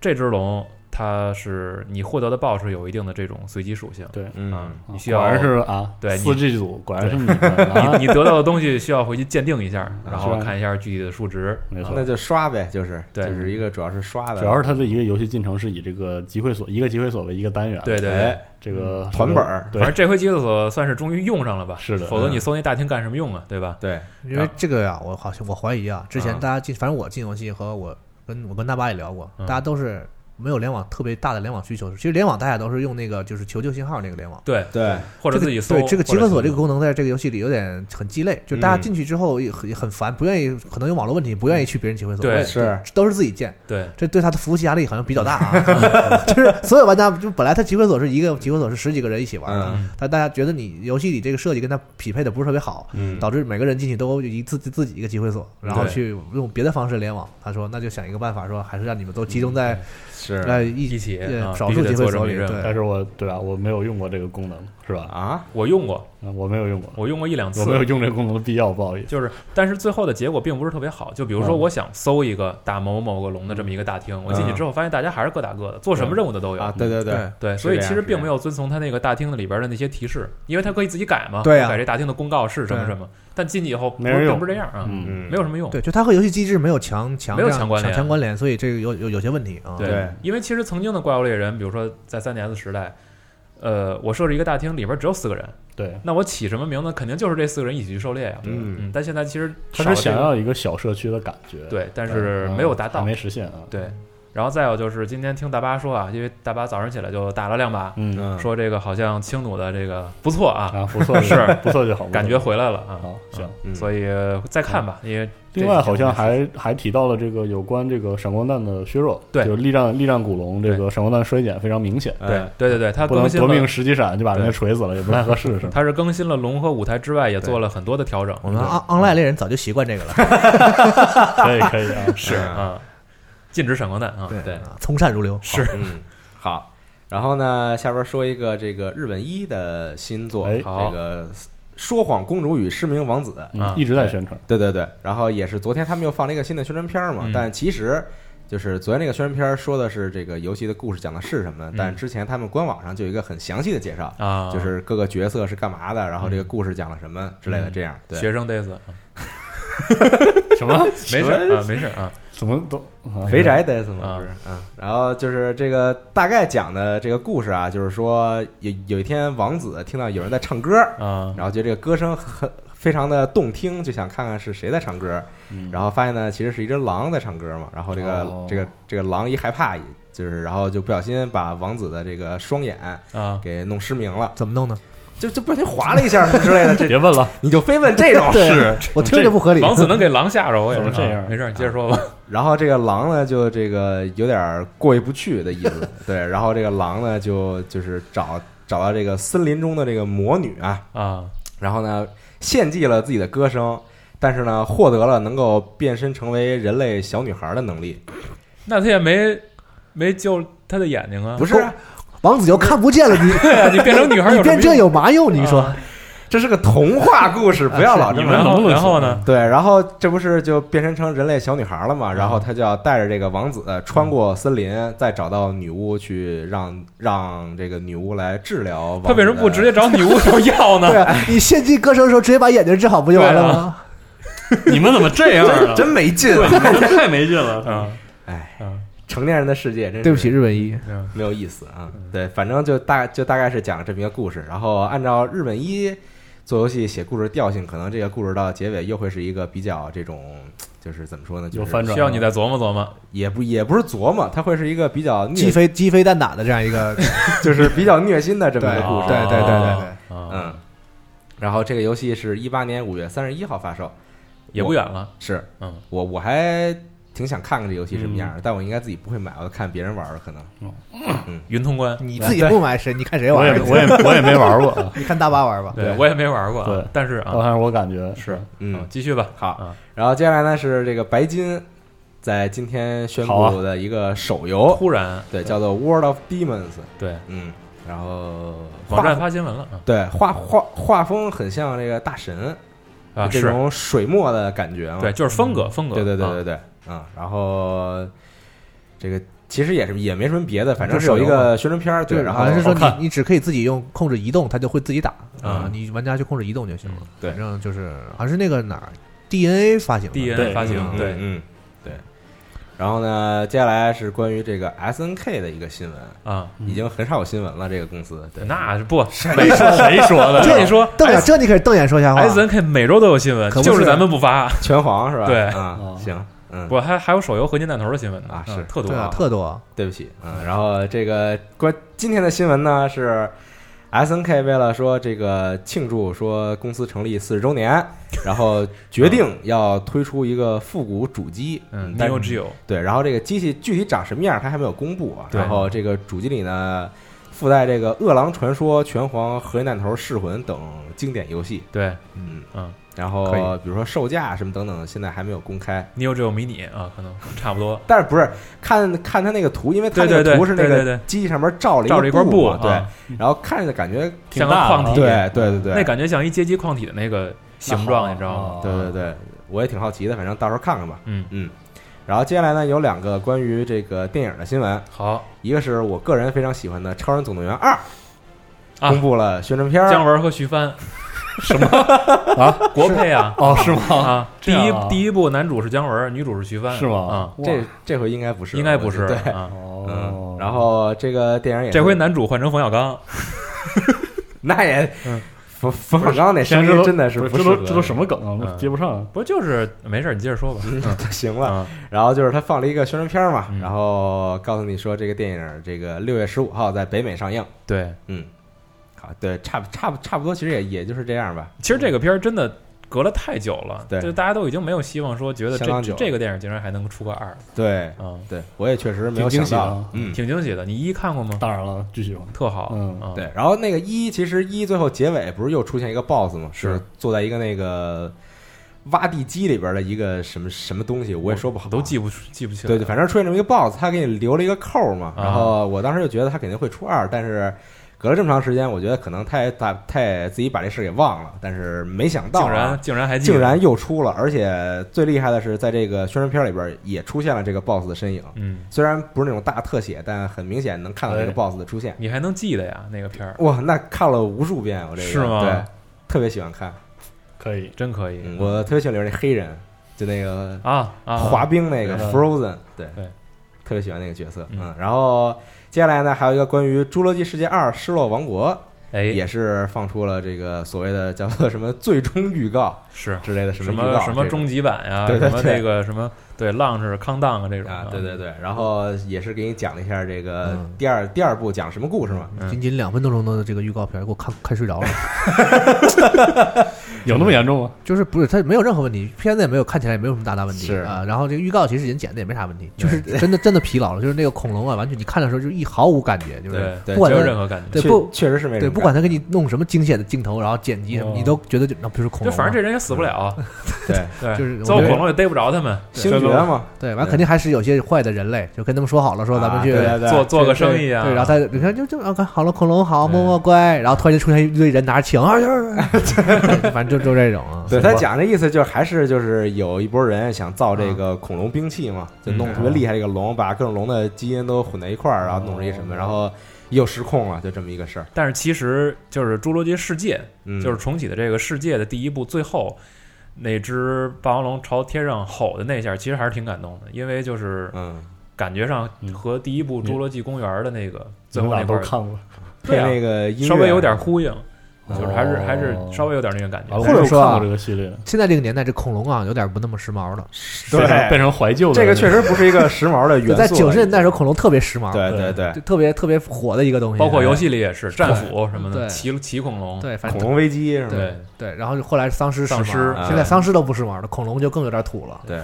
C: 这只龙，它是你获得的报是有一定的这种随机属性，
G: 对，
C: 啊
E: 嗯，
C: 你需
G: 果
C: 要
G: 然是啊，
C: 对你
G: 四 G 组果然是你们啊，
C: 你得到的东西需要回去鉴定一下，然
G: 是
C: 后
G: 吧
C: 看一下具体的数值。啊
G: 没错
E: 那。就刷呗，就是
C: 对
E: 就是一个主要是刷的，
G: 主要是它的一个游戏进程是以这个集会所一个集会所为一个单元，
C: 对嗯对对，
E: 哎
G: 这个
E: 团本儿
G: 对
C: 反正这回基督所算是终于用上了吧？
G: 是的
C: 否则你搜那大厅干什么用啊？对吧？
E: 对，
B: 因为这个呀、我好像我怀疑啊，之前大家进，反正我进游戏和我跟我跟大巴也聊过，
C: 嗯
B: 大家都是没有联网特别大的联网需求。其实联网大家都是用那个就是求救信号那个联网，
C: 对，
E: 对，
C: 或者自己嗯搜。
B: 这个对这个集
C: 或者
B: 合所
C: 搜
B: 这个功能在这个游戏里有点很鸡肋，就大家进去之后也很也很烦，不愿意，可能有网络问题，不愿意去别人集会所，
C: 对
E: 是
B: 都是自己建，
C: 对
B: 这对他的服务器压力好像比较大 啊。 就是所有玩家就本来他集会所是一个集会所是十几个人一起玩的，
E: 嗯
B: 但大家觉得你游戏里这个设计跟他匹配的不是特别好，
G: 嗯，
B: 导致每个人进去都一自自自己一个集会所，然后
C: 对
B: 去用别的方式联网。他说，那就想一个办法，说还是让你们都集中在
E: 是
B: 呃
C: 嗯一
B: 一
C: 起
B: 呃
C: 啊
B: 少
C: 必须
B: 数
C: 得
B: 集
C: 做
B: 会
C: 这么一
B: 所里。
C: 任务
B: 对
G: 但，是我对吧，我没有用过这个功能，是吧？
E: 啊，
C: 我用过，
G: 嗯我没有用过，
C: 我用过一两次
G: 我没，有用这个功能的必要，不好意思。
C: 就是，但是最后的结果并不是特别好。就比如说，
G: 嗯
C: 我想搜一个打某某个龙的这么一个大厅，我进去之后发现大家还是各打各的，做什么任务的都有
E: 啊，对对对
B: 对，
C: 对，
E: 是
C: 所以
E: 这
C: 其实
E: 样是
C: 并
E: 这
C: 没有遵从他那个大厅的里边的那些提示，因为他可以自己改嘛，
B: 对啊
C: 改这大厅的公告是什么
B: 对
C: 什么，但进去以后不
G: 没人
C: 是并
G: 用
C: 不是这样啊，
G: 嗯，
E: 嗯，
C: 没有什么用。
B: 对，就它和游戏机制没有强强
C: 没有
B: 这样
C: 强关联
B: 强强关联，所以这个有有有些问题啊。
C: 对
E: 对
C: 因为其实曾经的怪物猎人，比如说在三 DS 时代。呃，我设置一个大厅，里边只有四个人，
G: 对，
C: 那我起什么名字，肯定就是这四个人一起去狩猎呀、
E: 嗯
C: 嗯，但现在其实
G: 他
C: 少了
G: 是想
C: 这个
G: 要一个小社区的感觉，
C: 对，但
G: 嗯，
C: 是没有达到
G: 还，没实现啊。
C: 对，然后再有就是今天听大巴说啊，因为大巴早上起来就打了两把，
G: 嗯
E: 嗯，
C: 说这个好像青弩的这个不错啊，
G: 啊，不错
C: 是
G: 不错就好，不错
C: 感觉回来了啊，
G: 好行。嗯
E: 嗯
C: 所以再看吧，因为这
G: 另外，
C: 几天
G: 好像
C: 我们
G: 还还提到了这个有关这个闪光弹的削弱，
C: 对
G: 就力战力战古龙这个闪光弹衰减非常明显，
E: 哎
C: 对对对对，它
G: 嗯不能
C: 更新
G: 夺命
C: 了，
G: 十级闪就把人家锤死了，也不太合适， 是吧？
C: 它是更新了龙和舞台之外，也做了很多的调整。
B: 我们
C: 对
B: on online 猎人早就习惯这个了，
G: 可以可以啊，
C: 是
E: 嗯
C: 啊，禁止闪光弹啊， 对，
B: 啊从善如流。
C: 是
E: 嗯， 好。然后呢，下边说一个这个日本一的新作，
G: 哎
E: 这个《说谎公主与失明王子》。
C: 啊
G: 嗯一直在宣传，
E: 对对对，然后也是昨天他们又放了一个新的宣传片嘛，
C: 嗯
E: 但其实就是昨天那个宣传片说的是这个游戏的故事讲的是什么呢？但之前他们官网上就有一个很详细的介绍，
C: 嗯
G: 嗯
C: 啊，
E: 就是各个角色是干嘛的，然后这个故事讲了什么之类的，
C: 嗯
E: 这样对。
C: 学生 days 啊
G: 什么
C: 没事儿啊，没事儿啊，
G: 什么都啊
E: 肥宅得死吗？
C: 啊
E: 不是，嗯，然后就是这个大概讲的这个故事啊，就是说有有一天王子听到有人在唱歌，
C: 啊，
E: 然后觉得这个歌声很非常的动听，就想看看是谁在唱歌。
G: 嗯
E: 然后发现呢，其实是一只狼在唱歌嘛。然后这个、
G: 哦
E: 这个这个狼一害怕，就是然后就不小心把王子的这个双眼
C: 啊，
E: 给弄失明了，
B: 怎么弄呢？
E: 就就不小心划了一下什么之类的。这
G: 别问了，
E: 你就非问这种
B: 是我听着不合理。
C: 王子能给狼吓着我也是
G: 怎么这
C: 啊
G: 样
C: 没事儿，你接着说吧。
E: 然后这个狼呢，就这个有点过意不去的意思。对，然后这个狼呢，就就是找找到这个森林中的这个魔女啊，
C: 啊，
E: 然后呢，献祭了自己的歌声，但是呢，获得了能够变身成为人类小女孩的能力。
C: 那他也没没救他的眼睛啊，
E: 不是啊，
B: 王子又看不见了，你
C: 对啊，你变成女孩儿
B: 你
C: 有什
B: 变
C: 么
B: 这
C: 用
B: 有嘛用？你说
C: 啊
E: 这是个童话故事，不要老 这
C: 你
E: 么。
C: 们后然后呢？
E: 对，然后这不是就变身成人类小女孩了嘛？然后他就要带着这个王子呃穿过森林，再找到女巫去让让这个女巫来治疗王子。
C: 他为什么不直？接找女巫要药呢？
B: 对啊，你献祭歌声的时候直接把眼睛治好不就完了吗？
C: 啊
G: 你们怎么这样啊？
E: 真没劲啊！
G: 太没劲了，
C: 啊，
E: 哎
C: 嗯，
E: 成年人的世界真是
B: 对不起，日本一，
E: 没有意思啊。对，反正就大就大概是讲了这么一个故事，然后按照日本一做游戏写故事调性，可能这个故事到结尾又会是一个比较这种，就是怎么说呢，就
G: 有
E: 是
G: 翻转，
C: 需要你再琢磨琢磨。
E: 也不也不是琢磨，它会是一个比较
B: 鸡
E: 虐，
B: 飞鸡飞蛋打的这样一个，
E: 就是比较虐心的这么一个故
B: 对
E: 事。
B: 对对对对，
C: 啊，
E: 嗯。然后这个游戏是一八年五月三十一号发售，
C: 也不远了。
E: 是
C: 嗯，
E: 我我还挺想看看这游戏什么样的，但我应该自己不会买，我看别人玩儿可能。
C: 云通关，
B: 你自己不买谁？你看谁
G: 我
B: 玩
G: 也
B: 儿？
G: 我也 我也没玩过啊，
B: 你看大巴玩吧。
C: 对
E: 对
C: 我也没玩过啊
G: 对，
C: 但是
G: 但
C: 啊，
G: 是我感 觉
C: 是
E: 嗯
C: 啊，继续吧。
E: 好
C: 啊，
E: 然后接下来呢是这个白金在今天宣
G: 好
E: 布
G: 啊
E: 的一个手游，
C: 突然
E: 对，叫做《World of Demons》。
C: 对
E: 嗯，然后
C: 网站
E: 画
C: 发新闻了啊
E: 对画画画风很像这个大神
C: 啊，
E: 这
C: 是
E: 种水墨的感觉嘛。
C: 啊对，就是风格风格。
E: 对对对
C: 啊
E: 对对，嗯，然后这个其实也是也没什么别的，反正
B: 就是是
E: 有一
B: 有
E: 个宣传片儿，对，然后哦
B: 好像是说
G: 好看
B: 你你只可以自己用控制移动，它就会自己打啊
E: 嗯，
B: 你玩家去控制移动就行了。
E: 对
B: 反正就是好像是那个哪儿 DNA 发行的
A: DNA
G: 对
A: 发行，
E: 嗯
A: 对
E: 嗯对。然后呢，接下来是关于这个 S N K 的一个新闻，
A: 啊，
G: 嗯
E: 已经很少有新闻了。这个公司，对，
C: 那是不谁说谁说
G: 啊
C: 的？我跟你说
B: 瞪眼，这你可是瞪眼说瞎话。
C: S N K 每周都有新闻，
B: 可不
C: 就是
B: 是
C: 咱们不发。啊
E: 拳皇是吧？
C: 对
E: 啊
G: 哦，
E: 行，嗯，
C: 不，还还有手游合金弹头的新闻呢
E: 啊
C: 嗯
E: 是
C: 特多
B: 对啊，特多。
E: 对不起，嗯。然后这个关今天的新闻呢是 S N K 为了说这个庆祝说公司成立四十周年，然后决定要推出一个复古主机，
C: 嗯
E: 但
C: ，Neo Geo
E: 对，然后这个机器具体长什么样，它还没有公布啊。
C: 对
E: 然后这个主机里呢，附带这个《饿狼传说》《拳皇》《核弹头》《噬魂》等经典游戏。
C: 对
E: 嗯
C: 嗯，
E: 然
B: 可
E: 后
B: 以
E: 比如说售价什么等等，现在还没有公开。
C: Neo Geo 迷你啊，可能差不多。
E: 但是不是看看它那个图，因为
C: 对
E: 它
C: 对
E: 那个图
C: 对
E: 是那
C: 对对
E: 个
C: 对
E: 机器上面罩了
C: 罩着一
E: 块
C: 块布
E: 嘛，，对
C: 啊，
E: 然后看着感觉，
C: 像个矿体，
E: 啊对对对对，啊
C: 那感觉像一街机矿体的那个形状，你知道吗？
E: 对对对，我也挺好奇的，反正到时候看看吧。
C: 嗯
E: 嗯，然后接下来呢，有两个关于这个电影的新闻，
C: 好，
E: 一个是我个人非常喜欢的《超人总动员二》，
C: 啊
E: 公布了宣传片
C: 姜
E: 儿，
C: 文和徐帆什么
G: 啊？
C: 国配啊？
G: 哦，是吗？
C: 啊，第
G: 这样
C: 一
G: 啊
C: 第一部男主是姜文，女主是徐帆，
G: 是吗？
C: 啊，
G: 哇
E: 这嗯这回应该不是，
C: 应该不是
E: 我觉得对，
C: 啊。
G: 哦
E: 嗯，，然后这个电影也是
C: 这回男主换成冯小刚，
E: 那也
C: 嗯
E: 冯冯小刚那
G: 现
E: 声
G: 在这
E: 音
G: 都
E: 真的是
G: 不
E: 不
G: 是这
E: 适合
G: 都这都什么梗啊？我
C: 嗯
G: 接不上。
C: 不就是没事儿，你接着说吧。
E: 嗯 行了，
C: 啊，
E: 然后就是他放了一个宣传片儿嘛
C: 嗯，
E: 然后告诉你说这个电影这个六月十五号在北美上映，
C: 对，
E: 嗯，好，对，差不差不差不多，其实也也就是这样吧，
C: 其实这个片儿真的隔了太久了，
E: 对
C: 就大家都已经没有希望说觉得
E: 相当
C: 这
E: 久嗯
C: 这个电影竟然还能出个二，
E: 对
C: 啊，
E: 对，我也确实没有
G: 挺
E: 想
G: 惊喜
E: 到
G: 啊，
E: 嗯，
C: 挺惊喜的。你一看过吗？
G: 当然了，巨喜欢。
C: 特好，
G: 嗯
C: 啊，
E: 对，然后那个一，其实一最后结尾不是又出现一个 BOSS 吗？
C: 是
E: 坐在一个那个挖地基里边的一个什么什么东西，我也说不好，啊
C: 都记不出记不清。
E: 对对，反正出现这么一个 BOSS，他给你留了一个扣儿嘛。
C: 啊
E: 然后我当时就觉得他肯定会出二，但是隔了这么长时间，我觉得可能太大太自己把这事给忘了，但是没想到、
C: 竟
E: 啊
C: 然。竟然还记得
E: 竟然又出了，而且最厉害的是，在这个宣传片里边也出现了这个 BOSS 的身影。
C: 嗯，
E: 虽然不是那种大特写，但很明显能看到这个
G: 哎
E: BOSS 的出现。
C: 你还能记得呀？那个片儿
E: 哇，那看了无数遍，啊我这个
C: 是吗
E: 对，特别喜欢看。
G: 可以，
C: 真可以
E: 嗯我特别喜欢里边那黑人，就那个
C: 啊啊！
E: 滑冰那个
G: 对
E: Frozen，对
C: 对
E: 特别喜欢那个角色。
C: 嗯
E: 嗯，然后接下来呢，还有一个关于《侏罗纪世界二：失落王国》，
C: 哎
E: 也是放出了这个所谓的叫做什么最终预告
C: 是
E: 之类的
C: 什
E: 么预告
C: 么什么
E: 这种
C: 终极版呀，
E: 对对
C: 什么
E: 对
C: 那个什么对浪是康荡啊这种
E: 啊，对对对，然后也是给你讲了一下这个第二第二部讲什么故事嘛。
C: 嗯
B: 仅仅两分多钟的这个预告片，给我看看睡着了。
G: 有那么严重吗？
B: 就是不是它没有任何问题，片子也没有看起来也没有什么大大问题
E: 是
B: 啊。然后这个预告其实人剪的也没啥问题，就是真的真的疲劳了，就是那个恐龙啊，完全你看的时候就一毫无感觉，就是
C: 对
E: 对
B: 不管
C: 没有
B: 它
C: 任何感觉。
B: 对
E: 确
B: 不
E: 确实是没什
B: 对
E: 么
B: 不管他给你弄什么惊险的镜头，然后剪辑什么，
G: 哦
B: 你都觉得就那不就是恐
C: 就
B: 龙吗？
C: 反正这人也死不了，
E: 感对
C: 对，
B: 就是我
C: 揍
B: 觉得
C: 恐龙也逮不着他们，
E: 星爵嘛，
B: 对，完肯定还是有些坏的人类，就跟他们说好了，说咱们去
E: 啊对对
C: 做做个
B: 对
C: 生意啊。
B: 对，然后他你看就就 OK 好了，恐龙好，么么乖，然后突然就出现一堆人拿着枪，啊，对反正就就这种啊。
E: 对他讲的意思就是还是就是有一波人想造
C: 嗯
E: 这个恐龙兵器嘛，就弄特别厉害这个龙，把各种龙的基因都混在一块儿，然后弄成一
C: 哦
E: 什么，然后又失控了，就这么一个事儿。
C: 但是其实就是《侏罗纪世界》
E: 嗯，
C: 就是重启的这个世界的第一部，最后那只霸王龙朝天上吼的那一下，其实还是挺感动的，因为就是
E: 嗯，
C: 感觉上
G: 嗯
C: 和第一部《
G: 你
C: 侏罗纪公园》的那个最
G: 你
C: 后
G: 们
C: 那
G: 俩都
C: 块
G: 看过，
E: 配
C: 对啊
E: 那个音乐
C: 稍微有点呼应，
G: 哦
C: 就是还是还是稍微有点那个感觉
G: 完了，。
B: 或者
G: 我
B: 说啊
G: 看过这个系列，
B: 现在这个年代，这恐龙啊有点不那么时髦了。
G: 变成变
E: 对，
G: 成怀旧的
E: 这
G: 那
E: 个
G: 种。
E: 确实不是一个时髦的元
B: 就
E: 素。啊
B: 在九十年代的时候，，恐龙特别时髦，
E: 对对对，
B: 就特别特别火的一个东西。
C: 包括游戏里也是战斧什么的，
B: 对
C: 骑骑恐龙，
B: 对，反
E: 恐
B: 正
E: 龙危机是吧？
C: 对，
B: 对，然后后来丧尸时髦
C: 丧尸
B: 现在丧尸都不时髦了，恐龙就更有点土了。
E: 对，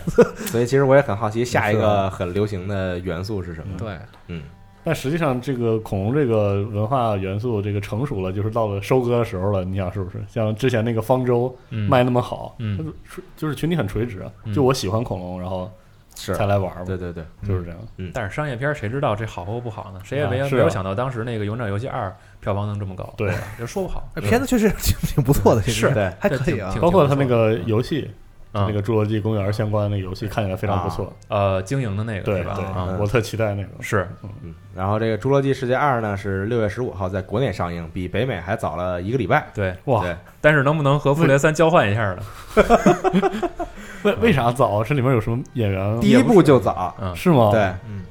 E: 所以其实我也很好奇下一个
C: 啊
E: 很流行的元素是什么。
B: 对，
E: 嗯，
G: 但实际上，这个恐龙这个文化元素，这个成熟了，就是到了收割的时候了。你想是不是？像之前那个方舟
C: 嗯，
G: 卖那么好，
C: 嗯
G: 它就是就是群体很垂直啊
C: 嗯。
G: 就我喜欢恐龙，然后
E: 是
G: 才，来玩嘛，
E: 对对对，
G: 就是这样。
C: 但是商业片谁知道这好或不好呢？谁也
G: 啊
C: 没有
G: 是
C: 没
G: 啊
C: 有想到当时那个《勇者游戏二》票房能这么高，
G: 对，
C: 就说不好
B: 哎片子确实挺挺不错的，其实
E: 对
B: 还可以啊
C: 挺。
G: 包括它那个游戏，
C: 啊
G: 那个《侏罗纪公园》相关的游戏看起来非常不错，
C: 呃，经营的那个
G: 对
C: 是吧？
G: 对
C: 啊，
G: 我特期待那个。
C: 是
E: 嗯然后这个《侏罗纪世界二》呢是六月十五号在国内上映，比北美还早了一个礼拜。
C: 对，
G: 哇，
E: 对，
C: 但是能不能和复联三交换一下呢？
G: 为为啥早？这里面有什么演员吗？
E: 第一部就早，
C: 嗯，
G: 是吗？
E: 对，，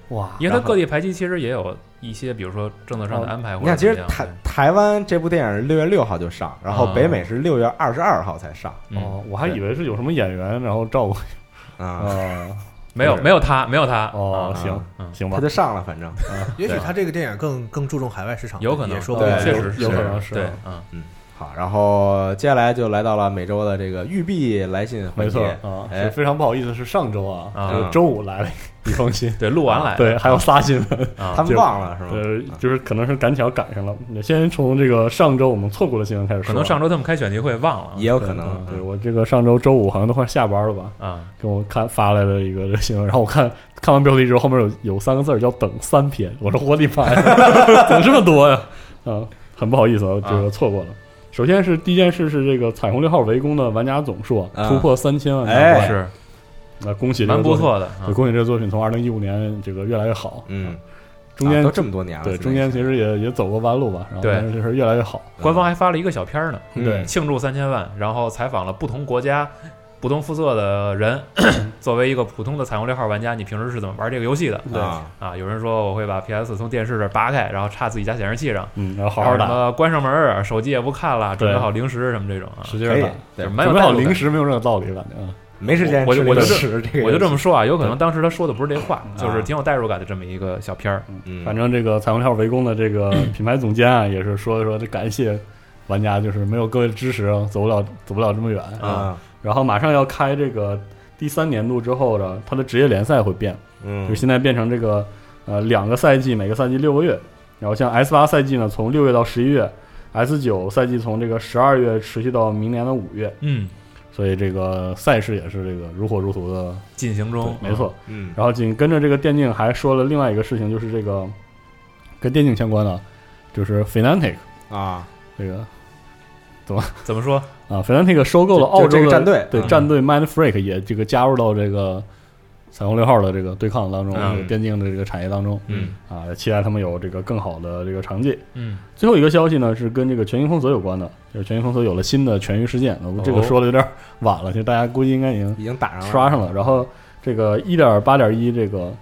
G: 哇，
C: 因为它各地排期其实也有一些，比如说政策上的安
G: 哦
C: 排或者
E: 你看，
C: 怎
E: 其
C: 么
E: 实
C: 样。
E: 台台湾这部电影六月六号就上，然后北美是六月二十二号才上
C: 嗯
G: 哦，我还以为是有什么演员，然后照顾
E: 啊，
G: 啊，
C: 没有没有他没有他
G: 哦，
C: 啊
G: 行
C: 嗯
G: 行
E: 它
G: 吧
E: 就，上了，反正
B: 也许他这个电影更更注重海外市场，
C: 啊有可能
B: 也说不
E: 对
B: 定。
C: 确实
G: 有有可能是
C: 对嗯
E: 好。然后接下来就来到了每周的这个玉璧来信环
G: 没错
E: 节，
G: 啊，
E: 哎
G: 是非常不好意思，是上周啊，
C: 啊，
G: 就是周五来了一封信
C: 哎对录完来
G: 啊对，还有仨新闻，
C: 啊
E: 他们忘了是吗？
G: 呃，就是可能是赶巧赶上了。先从这个上周我们错过的新闻开始说
C: 可
G: 啊，
C: 能上周他们开选题会忘
E: 也
C: 了
E: 有
G: 对
E: 可能
G: 嗯，对我这个上周周五好像都快下班了吧，
C: 啊
G: 给我看发来了一个这个新闻，然后我看看完标题之后，后面有有三个字儿叫“等三篇”，我说我的妈呀， 怎么这么多呀？啊，很不好意思啊，这个错过了。首先是第一件事是这个彩虹六号围攻的玩家总数啊
E: 啊
G: 突破三千万大
E: 哎
G: 关，
C: 是
G: 那恭喜这
C: 蛮
G: 个
C: 不
G: 作品，
C: 错的啊
G: 对，恭喜这个作品从二零一五年这个越来越好，
E: 嗯，
G: 中
E: 啊
G: 间
E: 都这么多年了，
G: 对中间其
E: 实
G: 实也也走过弯路吧，然后
C: 对
G: 但是这事儿越来越好，
C: 官方还发了一个小片儿呢，
G: 嗯对
C: 庆祝三千万，然后采访了不同国家、不同肤色的人。
G: 嗯
C: 作为一个普通的彩虹六号玩家，你平时是怎么玩这个游戏的？
E: 啊，
C: 啊，有人说我会把 PS 从电视这儿拔开，然后插自己家显示器上，
G: 嗯，然后好好
C: 然后什
G: 打，
C: 么关上门儿，啊手机也不看了，准备
G: 对
C: 好零食什么这种啊，
G: 使劲
E: 可
G: 儿
E: 以
G: 打，，
E: 对
C: 就是，蛮
G: 准
C: 有
G: 备
C: 代
G: 好
C: 入感
G: 零食没有任何道理感觉啊，
E: 没时间
C: 我
E: 吃
C: 我就
E: 零
C: 这
E: 食这个，
C: 我就这么说啊，有可能当时他说的不是这话，
G: 对
C: 就是挺有代入感的这么一个小片儿。
E: 嗯，
G: 反正这个彩虹跳围攻的这 个品牌总监啊，也是说说这感谢玩家，就是没有各位的支持啊，走不了走不了这么远。
E: 啊，
G: 然后马上要开这个第三年度之后的，它的职业联赛会变，就
E: 嗯
G: 是现在变成这个呃两个赛季，每个赛季六个月。然后像 S 八赛季呢，从六月到十一月；S 九赛季从这个十二月持续到明年的五月。
C: 嗯，
G: 所以这个赛事也是这个如火如荼
E: 哦
G: 的，
C: 进行
G: 对
C: 中，，
G: 没错。
E: 嗯
G: 然后紧跟着这个电竞还说了另外一个事情，就是这个跟电竞相关的，就是 Fnatic
E: 啊，
G: 这个
C: 嗯。怎么说？
G: 啊，Fnatic 收购了澳
E: 就
G: 洲
E: 这
G: 的
E: 个战队
G: 对
E: 嗯
G: 战队 Mind Freak 也这个加入到这个彩虹六号的这个对抗当中，
C: 嗯
G: 这个电竞的这个产业当中，
C: 嗯
G: 啊，期待他们有这个更好的这个成绩。
C: 嗯，
G: 最后一个消息呢，是跟这个全域封锁有关的，就是全域封锁有了新的全域事件，我们这个
C: 哦
G: 说的有点晚了，其实大家估计应该已经
E: 已经打上了，
G: 刷上了。然后这个一点八点一这个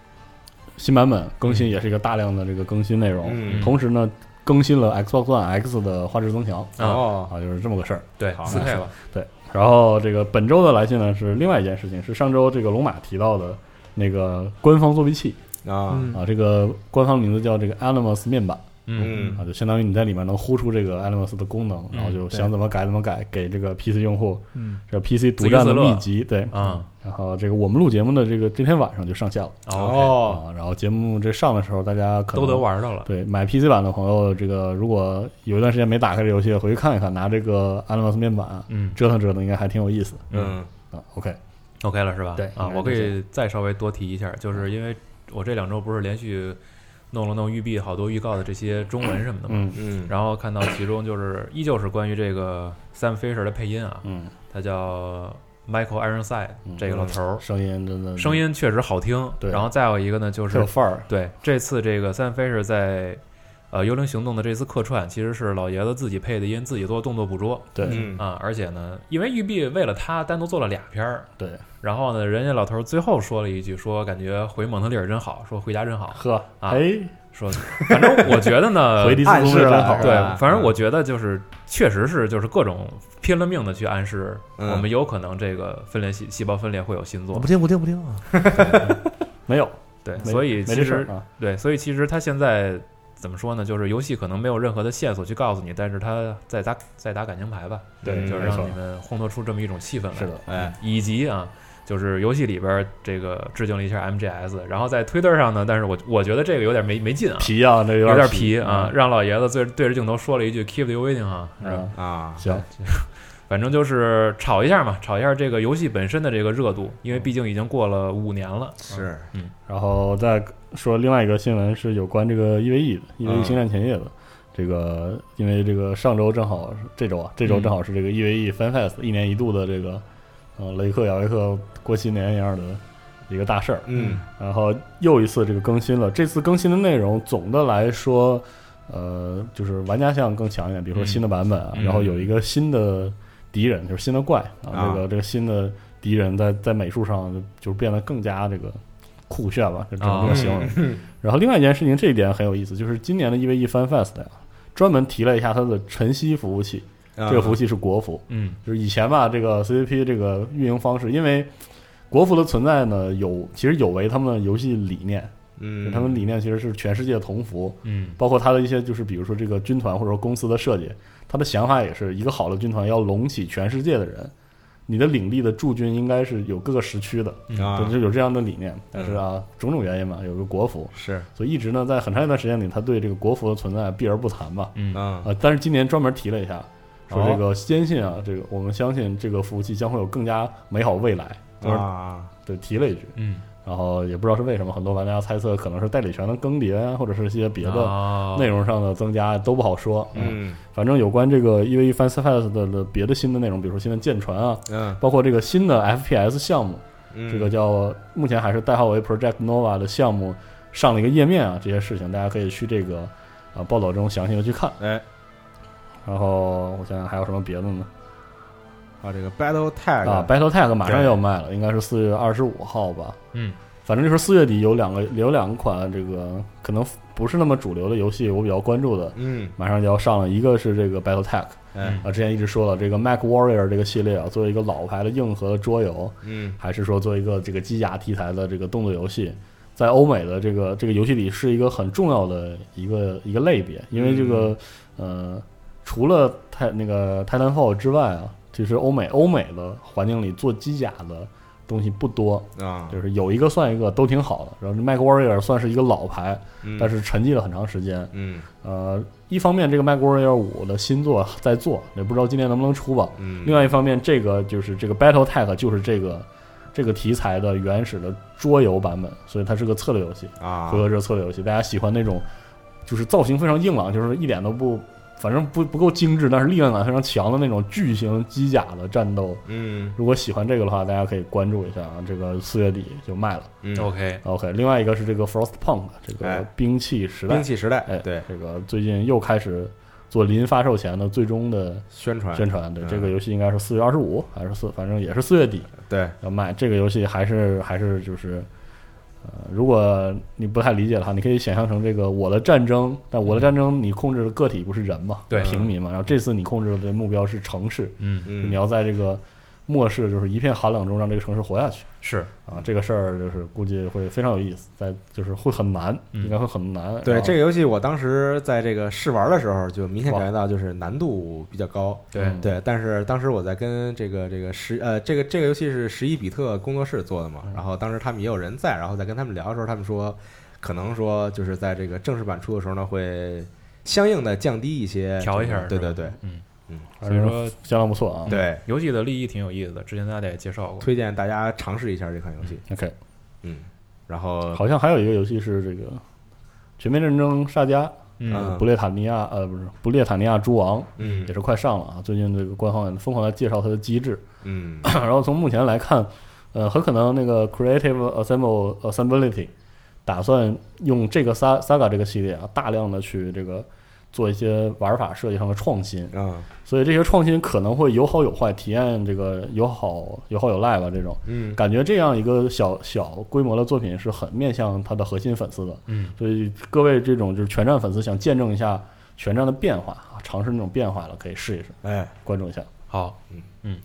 G: 新版本更新也是一个大量的这个更新内容，
E: 嗯
G: 同时呢更新了 Xbox One X 的画质增强
E: 哦，
G: 啊，就是这么个事儿。
C: 对，
E: 好
C: 四 K 了，
G: 对，然后这个本周的来信呢是另外一件事情，是上周这个龙马提到的那个官方作弊器
E: 啊，
B: 嗯
G: 啊，这个官方名字叫这个 Animus 面板
C: 嗯
E: 嗯
G: 啊，就相当于你在里面能呼出这个 Animus 的功能，然后就想怎么改怎么改，给这个 PC 用户
B: 嗯，
G: 这 PC 独占
C: 自娱自
G: 的
C: 乐
G: 秘籍，对
C: 啊，
G: 然后这个我们录节目的这个今天晚上就上线了。
C: 哦，
E: 哦，
G: 啊，然后节目这上的时候，大家可能
C: 都得。玩到了。
G: 对，买 PC 版的朋友，这个如果有一段时间没打开这游戏，回去看一看，拿这个 Animus 面板
C: 嗯
G: 折腾折腾，应该还挺有意思
E: 嗯
G: 啊。OK，
C: ，OK 了是吧？
G: 对
C: 啊，
G: 应该
C: 我可
G: 是这
C: 以再稍微多提一下，就是因为我这两周不是连续弄了弄育碧好多预告的这些中文什么的嘛，
G: 嗯
E: 嗯，
C: 然后看到其中就是依旧是关于这个 Sam Fisher 的配音啊，
G: 嗯，
C: 他叫 Michael Ironside
G: 嗯
C: 这个老头儿，
G: 声音真的
C: 声音确实好听。
G: 对
C: 然后再有一个呢，就
G: 特
C: 是
G: 有范儿，
C: 对这次这个 Sam Fisher 在呃《幽灵行动》的这次客串，其实是老爷子自己配的音，自己做动作捕捉
G: 对
E: 嗯
C: 啊。而且呢，因为育碧为了他单独做了俩片儿，
G: 对，
C: 然后呢，人家老头儿最后说了一句，说感觉回蒙特利尔真好，说回家真 好，
G: 呵，
C: 啊呃
G: 哎，
C: 说反正我觉得呢，
G: 回迪斯
E: 暗
G: 公
E: 示
G: 会真
E: 了
G: 好，
C: 对
E: 啊，
C: 反正
E: 嗯
C: 我觉得就是，确实是就是各种拼了命的去暗示，
E: 嗯
C: 我们有可能这个分裂细细胞分裂会有新作
B: 不。听不听不听啊！
G: 没有，
C: 对，
G: 没
C: 所以
G: 没
C: 其
G: 这事
C: 实
G: 儿啊，
C: 对，所以其实它现在怎么说呢？就是游戏可能没有任何的线索去告诉你，但是它在打在打感情牌吧，
G: 对，
C: 就是
G: 嗯没错
C: 让你们烘托出这么一种气氛来。
G: 是的，
E: 哎，
C: 以及啊，就是游戏里边这个致敬了一下 MGS，然后在 Twitter 上呢，但是我我觉得这个有点没没劲啊，
G: 皮啊，这
C: 有点
G: 点
C: 皮啊，，让老爷子对对着镜头说了一句 “Keep you waiting” 啊，是吧
G: 嗯，
E: 啊，
G: 行，
C: 反正就是炒一下嘛，炒一下这个游戏本身的这个热度，因为毕竟已经过了五年了。
E: 是，
G: 然后再说另外一个新闻是有关这个 EVE 的
E: 嗯
G: ，EVE 星战前夜的。这个，因 E 为这个上周正好是这周啊，这周正好是这个 EVE FanFest 一年一度的这个呃，雷克雅未克过新年一样的一个大事儿。
E: 嗯，
G: 然后又一次这个更新了，这次更新的内容总的来说，呃，就是玩家性更强一点，比如说
C: 嗯
G: 新的版本啊，
C: 嗯
G: 然后有一个新的敌人，就是新的怪啊，
E: 啊
G: 这个这个新的敌人在在美术上就就是变得更加这个酷炫吧，就这么这
C: 啊
G: 么形容。然后另外一件事情，这一点很有意思，就是今年的 EVE Fan Fest 呀、专门提了一下它的晨曦服务器，
E: 这
G: 这个服务器是国服，
C: 嗯
G: 就是以前吧，这个 CCP 这个运营方式，因为国服的存在呢，有其实有违他们的游戏理念，就
E: 嗯，
G: 他们理念其实是全世界同服，
C: 嗯
G: 包括他的一些就是比如说这个军团或者说公司的设计，他的想法也是一个好的军团要拢起全世界的人，你的领地的驻军应该是有各个时区的，
E: 啊
G: 就就有这样的理念。但是啊，种种原因嘛，有个国服，
E: 是
G: 所以一直呢在很长一段时间里，他对这个国服的存在避而不谈吧。
C: 嗯
E: 嗯
G: 呃，但是今年专门提了一下，说
E: 哦
G: 这个坚信啊，这个我们相信这个服务器将会有更加美好未来，就是
E: 啊，
G: 对提了一句，
C: 嗯，
G: 然后也不知道是为什么，很多玩家猜测可能是代理权的更迭啊，或者是一些别的
C: 啊
G: 内容上的增加都不好说。，
E: 哦嗯
G: 反正有关这个 EVE Fans Fest 的的别的新的内容，比如说新的舰船啊，
E: 嗯，
G: 包括这个新的 FPS 项目，
E: 嗯
G: 这个叫目前还是代号为 Project Nova 的项目上了一个页面啊，这些事情大家可以去这个啊报道中详细的去看。
E: 哎，
G: 然后我想想还有什么别的呢？
E: 啊，这个 Battle Tag
G: 啊，Battle Tag 马上要卖了，应该是四月二十五号吧。
C: 嗯，
G: 反正就是四月底有两个有两款这个可能不是那么主流的游戏，我比较关注的。
E: 嗯，
G: 马上就要上了，一个是这个 Battle Tech
E: 哎，
G: 啊，之前一直说了，这个 Mac Warrior 这个系列啊，作为一个老牌的硬核的桌游，
E: 嗯
G: 还是说做一个这个机甲题材的这个动作游戏，在欧美的这个这个游戏里是一个很重要的一个一个类别，因为这个、呃，除了泰那个 Titanfall 之外啊，其实欧美欧美的环境里做机甲的东西不多，
E: 啊，
G: 就是有一个算一个都挺好的。然后 Mac Warrior 算是一个老牌，
E: 嗯
G: 但是沉寂了很长时间。
E: 嗯
G: 呃，一方面这个 Mac Warrior 五的新作在做，也不知道今年能不能出吧。
E: 嗯，
G: 另外一方面，这个就是这个 Battle Tech 就是这个这个题材的原始的桌游版本，所以它是个策略游戏，
E: 啊
G: 回合制策略游戏。大家喜欢那种就是造型非常硬朗， 就是一点都不，反正不不够精致，但是力量感非常强的那种巨型机甲的战斗。
E: 嗯
G: 如果喜欢这个的话，大家可以关注一下啊，这个四月底就卖了。
E: 嗯
C: OK，
G: OK，另外一个是这个 Frostpunk 这
E: 哎
G: 个兵器时代，
E: 兵器时代
G: 哎，，
E: 对，
G: 这个最近又开始做临发售前的最终的
E: 宣传
G: 宣传。对，
E: 嗯
G: 这个游戏应该是四月二十五还是四，反正也是四月底
E: 对，
G: 要卖。这个游戏还是还是就是，呃，如果你不太理解的话，你可以想象成这个《我的战争》，但《我的战争》你控制的个体不是人嘛，
C: 对
G: 平民嘛。然后这次你控制的目标是城市，
C: 嗯
E: 嗯
G: 你要在这个末世就是一片寒冷中让这个城市活下去。
C: 是
G: 啊，这个事儿就是估计会非常有意思，在就是会很难，
C: 嗯
G: 应该会很难。啊
E: 对
G: 然后
E: 这个游戏，我当时在这个试玩的时候，就明显
G: 哇
E: 感觉到就是难度比较高。
C: 对
G: 嗯
E: 对，但是当时我在跟这个这个十呃这个这个游戏是十一比特工作室做的嘛，然后当时他们也有人在，然后在跟他们聊的时候，他们说可能说就是在这个正式版出的时候呢，会相应的降低一些，
C: 调一下
E: 对
C: 是吧
E: 对对
G: 反
C: 所以
G: 正
C: 说
G: 相当不错啊。
E: 对，
C: 游戏的立意挺有意思的，之前大家也介绍过。
E: 推荐大家尝试一下这款游戏，
G: ，OK，
E: 嗯，然后
G: 好像还有一个游戏是这个《全面战争沙加》
C: 嗯
E: 嗯
G: 不列塔尼亚呃不是不列塔尼亚诸王
E: 嗯
G: 也是快上了啊，最近这个官方也疯狂的介绍它的机制，
E: 嗯
G: 然后从目前来看，呃，很可能那个 Creative Assemble Assembility 打算用这个 Sa- Saga 这个系列啊，大量的去这个做一些玩法设计上的创新，
E: 啊
G: 所以这些创新可能会有好有坏，体验这个有好有好有赖吧这种。
E: 嗯
G: 感觉这样一个小小规模的作品是很面向它的核心粉丝的，
C: 嗯，
G: 所以各位这种就是全站粉丝想见证一下全站的变化啊，尝试那种变化了，可以试一试，
E: 哎，
G: 关注一下。
C: 好，
E: 嗯
C: 嗯，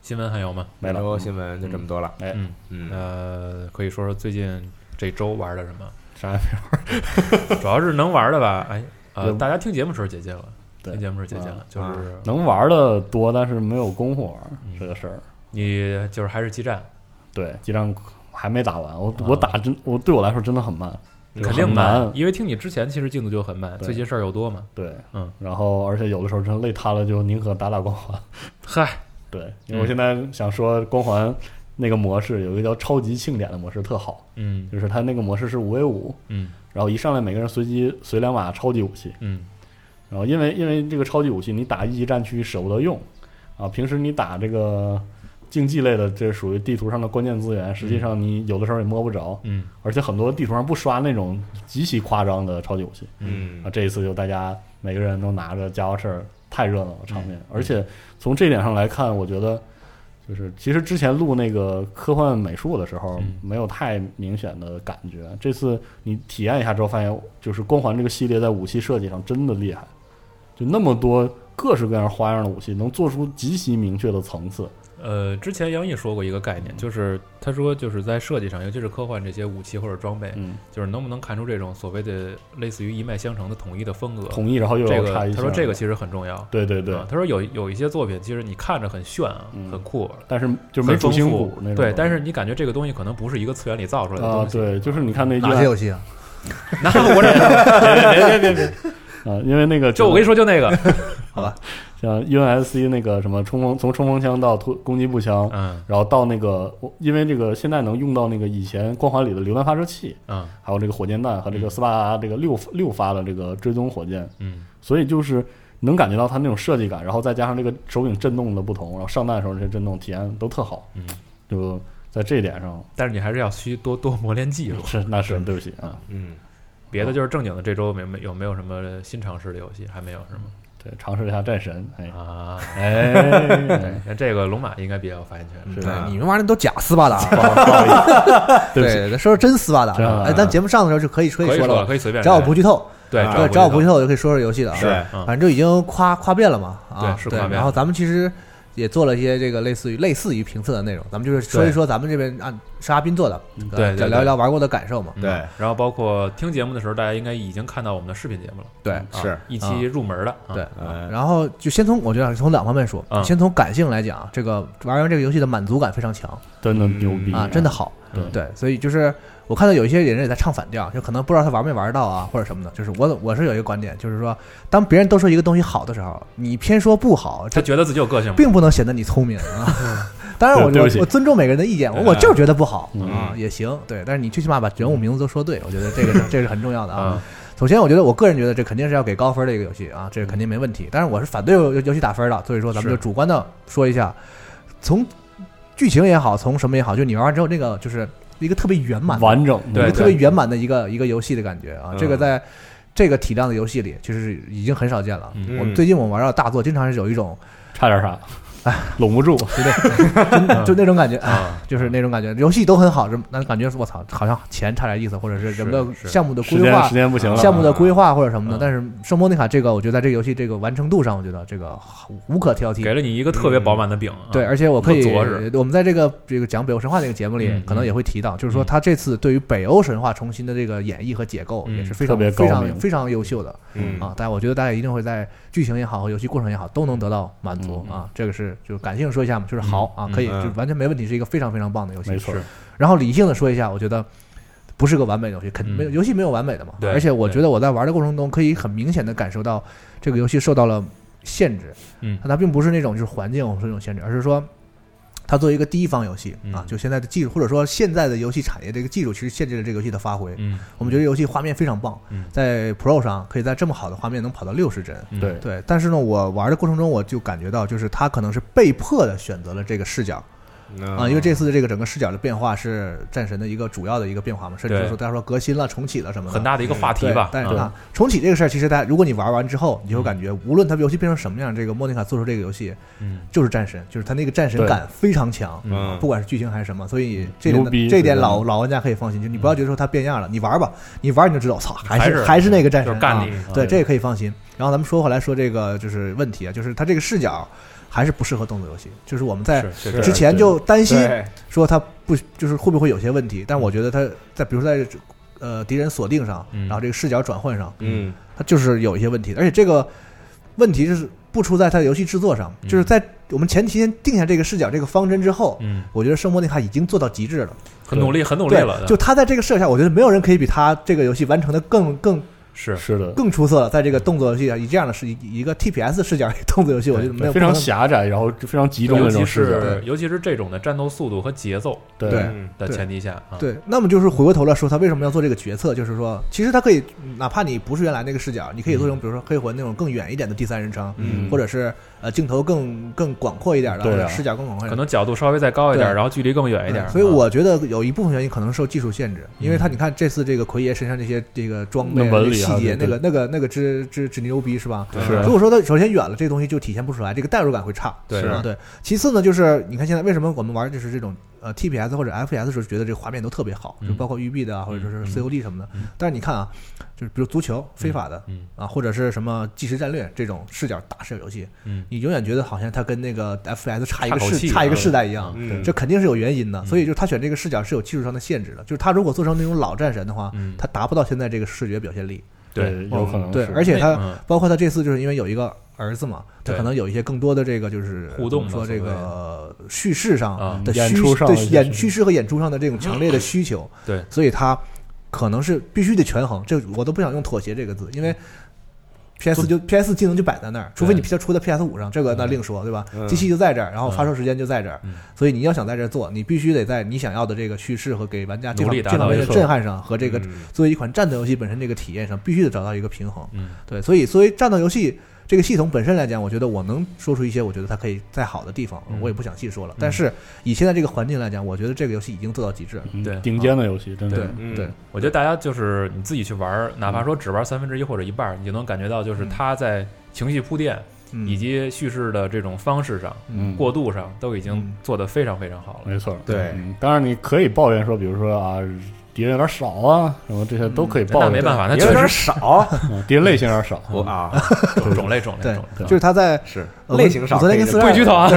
C: 新闻还有吗？
G: 没了
E: 本，周新闻就这么多了，
G: 哎
C: 嗯，
E: 嗯
C: 呃，可以说说最近这周玩了什么？
G: 啥也没有。
C: 主要是能玩的吧？哎，呃，
G: 对
C: 大家听节目时候解禁了，
G: 对啊
C: 听节目时候解禁了，就是
G: 能玩的多，但是没有功夫玩
C: 嗯
G: 这个事儿。
C: 你就是还是基站，
G: 对，激战还没打完，我
C: 啊
G: 我打真我对我来说真的很慢，
E: 嗯
C: 肯定
G: 很
C: 慢
G: 难，
C: 因为听你之前其实进度就很慢，
G: 对
C: 最近事儿又多嘛。
G: 对，
C: 嗯，
G: 然后而且有的时候真累塌了，就宁可打打光环。
C: 嗨，
G: 对，因为我现在想说光环那个模式有一个叫超级庆典的模式特好，
C: 嗯
G: 就是它那个模式是五 v 五，
C: 嗯
G: 然后一上来每个人随机随两把超级武器，
C: 嗯
G: 然后因为因为这个超级武器你打一级战区舍不得用啊，平时你打这个竞技类的，这属于地图上的关键资源，实际上你有的时候也摸不着，
C: 嗯
G: 而且很多地图上不刷那种极其夸张的超级游戏。
E: 嗯
G: 啊，这一次就大家每个人都拿着家伙事儿，太热闹了场
C: 嗯
G: 面。而且从这点上来看，我觉得就是其实之前录那个科幻美术的时候，
C: 嗯
G: 没有太明显的感觉。这次你体验一下之后，发现就是光环这个系列在武器设计上真的厉害，就那么多各式各样花样的武器，能做出极其明确的层次。
C: 呃，之前杨毅说过一个概
G: 嗯
C: 念，就是他说就是在设计上，尤其是科幻这些武器或者装备，
G: 嗯，
C: 就是能不能看出这种所谓的类似于一脉相承的统一的风格。
G: 同意，然后又
C: 这
G: 有
C: 个
G: 差异性。
C: 他说这个其实很重要。
G: 对对对，
C: 啊他说有有一些作品，其实你看着很炫啊，
G: 嗯
C: 很酷，
G: 但是就是没
C: 很
G: 主
C: 丰
G: 心
C: 富
G: 骨那种。
C: 对，但是你感觉这个东西可能不是一个次元里造出来的
G: 啊，
C: 东西。
G: 对，就是你看那句
B: 哪些游戏啊？
C: 那我这
G: 别别别别别！啊，因为那个
C: 就我跟你说，就那个，
G: 像 UNSC 那个什么冲锋，从冲锋枪到突攻击步枪，
C: 嗯
G: 然后到那个，我因为这个现在能用到那个以前光环里的榴弹发射器，
C: 嗯
G: 还有这个火箭弹和这个斯巴达这个六六发的这个追踪火箭，
C: 嗯
G: 所以就是能感觉到它那种设计感，然后再加上这个手柄震动的不同，然后上弹的时候这些震动体验都特好，
C: 嗯，
G: 就在这一点上
C: 但是你还是要去多多磨练技术。
G: 是那是对不起啊，
E: 嗯，
C: 别的就是正经的，这周没没有没有什么新尝试的游戏，还没有是吗？
G: 对，尝试一下战神，哎
C: 啊，
G: 哎，
C: 那这个龙马应该比较有发言权。
G: 是
B: 对
G: 的，
B: 哎你们玩的都假斯巴达，
G: 不好不好意思，对不起。
B: 对，说说真斯巴达
G: 真斯巴。达
B: 哎，咱节目上的时候就可以可
C: 可以说
B: 说
C: 了，
B: 了，
C: 可以随便
B: 只要我不剧透，
C: 对，
E: 啊
B: 对，只要呃我不剧透，我就可以说说游戏的啊。
E: 是
B: 反
C: 嗯
B: 正就已经夸夸遍了嘛，啊，
C: 对是夸遍了
B: 然后咱们其实也做了一些这个类似于类似于评测的内容，咱们就是说一说咱们这边按沙宾做的，呃
C: 对对对
B: 聊一聊玩过的感受嘛。
E: 对
C: 嗯然后包括听节目的时候，大家应该已经看到我们的视频节目了，
B: 对
C: 啊
E: 是
C: 一期入门的，啊
B: 对，
E: 呃，
B: 然后就先从我觉得从两方面说，
C: 嗯
B: 先从感性来讲，啊这个玩完这个游戏的满足感非常强
G: 真的牛
C: 嗯
G: 逼
B: 啊，真的好。
G: 对
B: 对，所以就是我看到有一些人也在唱反调，就可能不知道他玩没玩到啊，或者什么的。就是我我是有一个观点，就是说，当别人都说一个东西好的时候，你偏说不好，
C: 他
B: 这
C: 觉得自己有个性吗？
B: 并不能显得你聪明 啊。 当然我，
G: 对嗯对
B: 我
G: 不起
B: 我尊重每个人的意见，我
C: 对
B: 我就是觉得不好
G: 嗯
B: 啊、也行。对，但是你最起码把人物名字都说对，我觉 得这个是这是很重要的啊
G: 嗯
C: 啊。，
B: 首先，我觉得我个人觉得这肯定是要给高分的一个游戏啊，这肯定没问题。但是我是反对游游戏打分的，所以说咱们就是主观的说一下，从剧情也好，从什么也好，就你玩完之后那个就是一个特别圆满的
G: 完整，
B: 一
C: 对
B: 个特别圆满的一个一个游戏的感觉啊。
E: 嗯
B: 这个在这个体量的游戏里，就是已经很少见了。
C: 嗯
B: 我们最近我们玩到大作，经常是有一种
G: 差点啥，
B: 哎
G: 拢 不住，
C: 嗯
B: 就那种感觉，哎
C: 啊
B: 就是那种感觉，游戏都很好，这但感觉我操，好像钱差点意思，或者是
C: 是
B: 整个
C: 是
B: 项目的
G: 时
B: 规
G: 间
B: 划
G: 时、间不行了，
B: 项目的规划或者什么的。
C: 嗯
B: 但是《圣莫妮卡》这个，我觉得在这个游戏这个完成度上，我觉得这个无可挑
C: 给
B: 剔。
C: 了你一个特别饱满的饼，啊
B: 对，而且我可以
C: 不着实，
B: 我们在这个这个讲北欧神话这个节目里
C: 嗯，
B: 可能也会提到，就是说他这次对于北欧神话重新的这个演绎和解构，
C: 嗯
B: 也是非常
G: 特别高
B: 非常
G: 明
B: 非常优秀的
E: 嗯
B: 啊！但我觉得大家一定会在剧情也好和游戏过程也好都能得到满足
G: 嗯
B: 啊！这个是就是感性说一下嘛，就是好啊
C: 嗯，
B: 可以
E: 嗯
B: 就完全没问题，是一个非常非常棒的游戏
G: 啊没。错
C: 是，
B: 然后理性的说一下，我觉得不是个完美的游戏，肯定没有、
C: 嗯
B: 游戏没有完美的嘛。
C: 对
B: 而且我觉得我在玩的过程中，可以很明显的感受到这个游戏受到了限制。
C: 嗯
B: 它并不是那种就是环境我们说这种限制，而是说它作为一个第一方游戏、
C: 嗯
B: 啊，就现在的技术或者说现在的游戏产业这个技术，其实限制了这个游戏的发挥。
C: 嗯，
B: 我们觉得游戏画面非常棒，
C: 嗯
B: 在 Pro 上可以在这么好的画面能跑到六十帧。
C: 嗯
G: 对，
B: 对，但是呢，我玩的过程中，我就感觉到，就是它可能是被迫的选择了这个视角，
E: 嗯
B: 啊，因为这次的这个整个视角的变化是战神的一个主要的一个变化嘛，甚至
C: 对
B: 说大家说革新了、重启了什么的，
C: 很大的一个话题吧
B: 对，但是
C: 啊
B: 啊，重启这个事儿，其实大家如果你玩完之后，你就会感觉，无论它游戏变成什么样，这个莫妮卡做出这个游戏
C: 嗯
B: 就是战神，就是它那个战神
G: 对
B: 感非常强。
E: 嗯
B: 不管是剧情还是什么，所以这点
G: 牛逼
B: 这点
G: 是的
B: 老老玩家可以放心，就你不要觉得说它变样了，你玩吧，你玩你就知道，操，还
C: 还是
B: 还是那个战神，
C: 就是干
B: 啊
C: 你
B: 对，
G: 啊
B: 这也可以放心。然后咱们说回来说这个就是问题啊，就是它这个视角还是不适合动作游戏，哎就是我们在
C: 是是
E: 是
B: 之前就担心
E: 对
B: 说他不就是会不会有些问题？但我觉得他在比如说在呃敌人锁定上，
C: 嗯
B: 然后这个视角转换上，
E: 嗯
B: 他就是有一些问题的。而且这个问题就是不出在他的游戏制作上，
C: 嗯
B: 就是在我们前提先定下这个视角这个方针之后，
C: 嗯，
B: 我觉得圣莫妮卡已经做到极致了。
C: 很努力，很努力
B: 对
G: 嗯
C: 了，嗯
B: 就他在这个设下，我觉得没有人可以比他这个游戏完成的更更
C: 是
G: 是的，
B: 更出色了。在这个动作游戏上，以这样的是以一个 TPS 视角的动作游戏，我觉得没有
G: 非常
B: 不可能
G: 狭窄，然后非常集中的
C: 尤
G: 那
C: 其
G: 种视角。
C: 是尤其是这种的战斗速度和节奏
G: 对
B: 对
E: 嗯
C: 的前提下啊，
B: 对，那么就是回过头来说，他为什么要做这个决策？就是说，其实他可以，哪怕你不是原来那个视角，你可以做成，比如说黑魂那种更远一点的第三人称，
G: 嗯
B: 或者是呃镜头更更广阔一点的，
G: 对啊
B: 或者视角更广阔一
C: 可
B: 点的。
C: 能角度稍微再高一点，
B: 对
C: 然后距离更远一点。
B: 嗯所以
C: 啊
B: 我觉得有一部分原因可能受技术限制，因
C: 嗯
B: 为他你看这次这个奎爷身上这些这个装备、
G: 那纹理
B: 这
G: 啊
B: 细节，那
G: 对
B: 个那个那个之之之牛逼是吧？
C: 对
G: 是
B: 如果说他首先远了，这个东西就体现不出来，这个代入感会差。
C: 对
B: 啊，对。其次呢，就是你看现在为什么我们玩就是这种呃 TPS 或者 FPS 的时候，觉得这个画面都特别好，
C: 嗯
B: 就包括育碧的啊，或者说是
C: 嗯
B: COD 什么的
C: 嗯。
B: 但是你看啊，就是比如足球、非法的
C: 嗯
B: 啊，或者是什么即时战略这种视角大视角游戏，
C: 嗯，
B: 你永远觉得好像它跟那个 FPS 差一
C: 差
B: 个
C: 口
B: 世
C: 气
B: 差一个
C: 啊
B: 世代一样。
E: 嗯，
B: 这肯定是有原因的，
C: 嗯
B: 所以就是他选这个视角是有技术上的限制的。就是他如果做成那种老战神的话
C: 嗯，
B: 他达不到现在这个视觉表现力。
C: 对，
G: 对，有可能
B: 对，
G: 是
B: 而且他
C: 嗯
B: 包括他这次就是因为有一个儿子嘛，他
C: 对
B: 可能有一些更多的这个就是
C: 互动嘛
B: 说
C: 所
B: 这
C: 谓的
B: 个叙事
C: 啊
B: 上的
G: 演
B: 需
G: 出上
B: 对
G: 的就是
B: 演叙事和演出上的这种强烈的需求，
C: 对，
B: 所以他可能是必须得权衡。这我都不想用妥协这个字，因为。P S 就 P S 技能就摆在那儿，除非你 P 出在 P S 五上，这个那另说，对吧
E: 嗯
B: 机器就在这儿，然后发售时间就在这儿
C: 嗯，
B: 所以你要想在这儿做，你必须得在你想要的这个叙事和给玩家这
C: 努
B: 方
C: 力达
B: 这
C: 到
B: 方面
C: 一
B: 的
C: 个
B: 震撼上和这个
E: 嗯
B: 作为一款战斗游戏本身这个体验上，必须得找到一个平衡。
C: 嗯
B: 对，所以所以战斗游戏这个系统本身来讲，我觉得我能说出一些我觉得它可以再好的地方，
C: 嗯
B: 我也不想细说了。但是以现在这个环境来讲，我觉得这个游戏已经做到极致了。
G: 嗯
C: 对
G: 顶尖的游戏，真的
B: 对
E: 嗯
B: 对，嗯
C: 我觉得大家就是你自己去玩儿，哪怕说只玩三分之一或者一半儿，你就能感觉到，就是他在情绪铺垫
B: 嗯，
C: 以及叙事的这种方式上、
G: 嗯
C: 过渡上，都已经
B: 嗯
C: 做得非常非常好了。
G: 没错，
E: 对
G: 嗯当然你可以抱怨说，比如说啊，敌人有点少啊，什么这些都可以抱
C: 嗯那
G: 怨，
C: 没办法，那
E: 有
C: 确
E: 点
C: 实
E: 少，
G: 嗯敌人类型有点少，
E: 我 啊，
C: 是种类种类
B: 对
C: 种类。，
G: 对
B: 就是它在
E: 是
B: 呃
E: 类型
B: 我
E: 少，
B: 昨天跟
E: 这
B: 四
E: 个
B: 十二
C: 不许举头啊！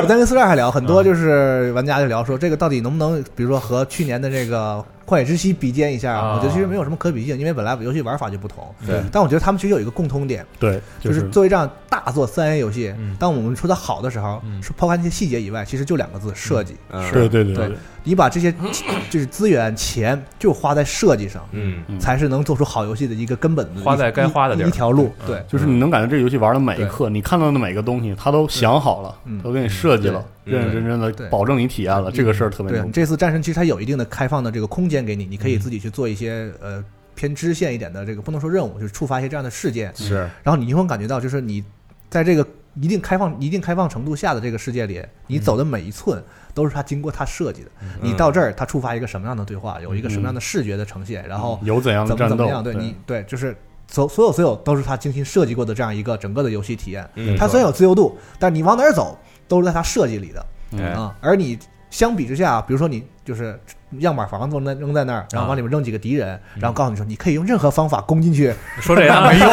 B: 我在跟四十二还聊，很多就是玩家就聊说，这个到底能不能，比如说和去年的这个《旷野之息》比肩一下？
C: 啊
B: 我觉得其实没有什么可比性，因为本来游戏玩法就不同。
G: 对
B: 但我觉得他们其实有一个共通点，
G: 对，
B: 就是作为这样大作三 A 游戏
C: 嗯，
B: 当我们说它好的时候
C: 嗯，
B: 是抛开那些细节以外，其实就两个字：设计。
E: 嗯
G: 对对对
B: 对，你把这些 就是资源、钱就花在设计上，
E: 嗯
G: 嗯
B: 才是能做出好游戏的一个根本的
C: 花在该花的地儿
B: 一一条路。
C: 嗯
B: 对，
G: 就是你能感觉这个游戏玩的每一刻，你看到的每个东西，他都想好了
B: 嗯，
G: 都给你设计了，
E: 嗯
G: 认认真真
B: 对嗯
G: 的保证你体验了，这个事儿
C: 嗯
G: 特别
B: 对
G: 牛。
B: 这次战神其实它有一定的开放的这个空间给你，你可以自己去做一些
C: 嗯
B: 呃偏支线一点的这个不能说任务，就是触发一些这样的事件，
C: 嗯
E: 是
B: 然后你就会感觉到，就是你在这个一定开放、一定开放程度下的这个世界里，你走的每一寸都是他经过他设计的。
E: 嗯
B: 你到这儿，他触发一个什么样的对话，有一个什么样的视觉的呈现，然后
G: 嗯有怎样
B: 怎
G: 的
B: 么
G: 战
B: 怎么
G: 斗
B: 样，？对 你对，就是所所有所有都是他精心设计过的这样一个整个的游戏体验。
E: 嗯
B: 它虽然有自由度，但你往哪儿走都是在它设计里的
E: 哎
B: 啊。而你相比之下，比如说你就是样板房子扔在扔在那儿，然后往里面扔几个敌人，然后告诉你说你可以用任何方法攻进去。
C: 说这 个没用，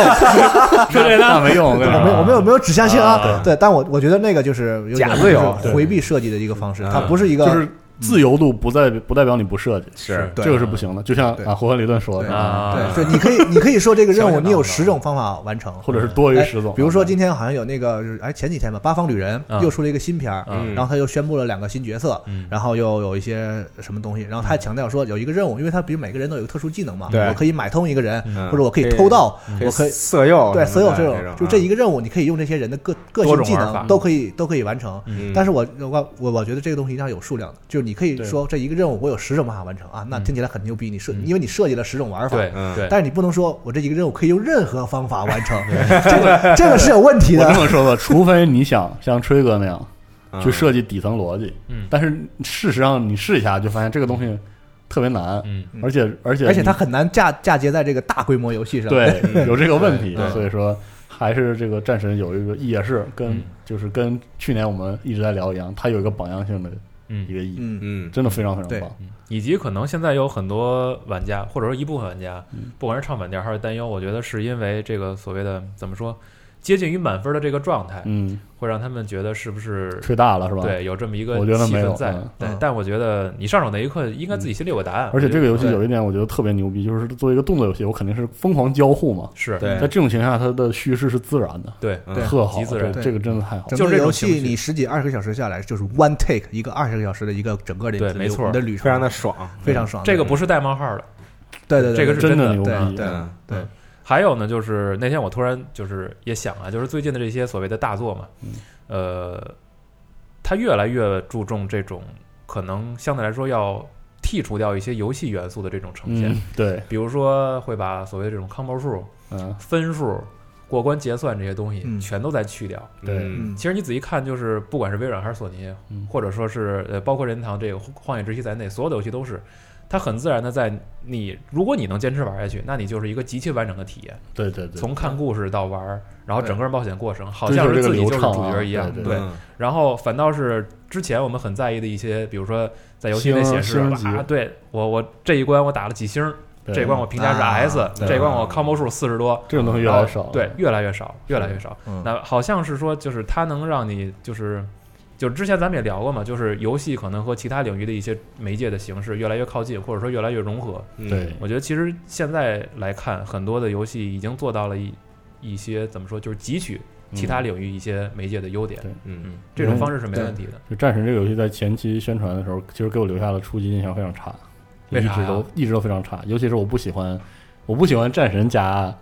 C: 说这个
G: 那没用，我跟你
B: 我
G: 说
B: 没有我没有没有指向性啊
C: 啊，
B: 对，但我我觉得那个就是有点
E: 假自由
B: 就是回避设计的一个方式，
E: 对
B: 它不是一个
G: 就是自由度不代不代表你不设计，
E: 是
B: 对
G: 这个是不行的。就像
B: 对
G: 啊，胡汉理论说
B: 对
G: 的，
C: 啊
B: 对，对，你可以你可以说这 个任务你有十种方法完成，
G: 或者是多于
B: 哎
G: 十啊种。
B: 比如说今天好像有那个，就是哎前几天吧，《八方旅人
C: 嗯》
B: 又出了一个新片儿，
C: 嗯
B: 然后他又宣布了两个新角色
C: 嗯，
B: 然后又有一些什么东西，然后他还强调说有一个任务，因为他比如每个人都有一个特殊技能嘛，
E: 对
B: 我可以买通一个人
E: 嗯，
B: 或者我可以偷盗，我可以。
E: 色诱
B: 对，所有
E: 这
B: 这种就这一
E: 个，
B: 个任务，你可以用这些人的各各
C: 多
B: 种
C: 种
B: 技
C: 玩法
B: 能都可以都可以完成。
E: 嗯
B: 但是我我我我觉得这个东西一定要有数量的，就是你可以说这一个任务我有十种办法完成啊，那听起来很牛逼，你设因为你设计了十种玩法，
C: 嗯对
E: 嗯
C: 对，
B: 但是你不能说我这一个任务可以用任何方法完成，这个这个是有问题
G: 我这
B: 的。
G: 么说吧，除非你想像吹哥那样
E: 嗯
G: 去设计底层逻辑，
C: 嗯
G: 但是事实上你试一下就发现这个东西特别难，
C: 嗯
G: 而且而且
B: 而且它
G: 你
B: 很难嫁嫁接在这个大规模游戏上。，
G: 对有这个问 题
C: 对，
G: 所以说还是这个战神有一个也是跟
C: 嗯
G: 就是跟去年我们一直在聊一样，它有一个榜样性的一
C: 嗯，
G: 个意义，
B: 嗯，
E: 嗯
G: 真的非常非常
B: 对
G: 棒。
C: 以及可能现在有很多玩家，或者说一部分玩家，
G: 嗯
C: 不管是唱反调还是担忧，我觉得是因为这个所谓的怎么说，接近于满分的这个状态，
G: 嗯，
C: 会让他们觉得是不是
G: 吹大了是吧？。
C: 对有这么一个
G: 我觉得
C: 气
G: 没有
C: 氛在
G: 嗯，
C: 对
B: 嗯，
C: 但我觉得你上手那一刻应该自己心里有个答案。
G: 而且这个游戏
B: 对
G: 有一点我觉得特别牛逼，就是作为一个动作游戏，我肯定是疯狂交互嘛。
C: 是
E: 对
G: 在这种情况下，它的叙事是自然的，
C: 对
E: 嗯
G: 特好，
C: 极自然
G: 这
B: 对
G: 这个真的太好了。
B: 整
C: 就是
B: 个
C: 这种
B: 游
C: 情
B: 戏
C: 绪
B: 你十几二十个小时下来，就是 one take 一个二十个小时的一个整个的
C: 对没错
B: 你的旅程，
E: 非常的爽，
B: 非常爽。
C: 这个不是带冒号的，
B: 对对对，
C: 这个是
G: 真
C: 真的
G: 牛逼
B: 对，
E: 嗯
B: 对
C: 还有呢，就是那天我突然就是也想啊，就是最近的这些所谓的大作嘛，
G: 嗯
C: 呃，他越来越注重这种可能相对来说要剔除掉一些游戏元素的这种呈现，
G: 嗯，对，
C: 比如说会把所谓的这种 combo 数、
G: 嗯，
C: 分数、过关结算这些东西
B: 嗯
C: 全都在去掉。
G: 对
E: 嗯
C: 其实你仔细看，就是不管是微软还是索尼，
G: 嗯
C: 或者说是呃，包括任天堂这个《荒野之息》在内，所有的游戏都是，它很自然的在你，如果你能坚持玩下去，那你就是一个极其完整的体验，
G: 对对对，
C: 从看故事到玩儿，然后整个冒险过程，好
G: 追求
C: 像是
G: 这个
C: 自己
G: 流
C: 就是
G: 畅啊
C: 主角一样，
E: 嗯
G: 对对
C: 对。然后反倒是之前我们很在意的一些，比如说在游戏内显示
G: 星星级
C: 啊，对我我这一关我打了几星儿，
G: 对
C: 这一关我评价是
E: 啊
C: S，、
E: 对
C: 这一关我 combo 数四十多，
G: 这种东西越来越少，
C: 对，，越来越少，越来越少。
B: 嗯
C: 那好像是说，就是它能让你，就是，就是之前咱们也聊过嘛，就是游戏可能和其他领域的一些媒介的形式越来越靠近，或者说越来越融合。
E: 嗯
G: 对，
C: 我觉得其实现在来看，很多的游戏已经做到了一一些怎么说，就是汲取其他领域一些媒介的优点
G: 对。
E: 嗯，
C: 嗯，这种方式是没问题的。
G: 就战神这个游戏在前期宣传的时候，其实给我留下的初级印象非常差，就
C: 为
G: 一
C: 啥
G: 直
C: 呀
G: 都一直都非常差，尤其是我不喜欢，我不喜欢战神加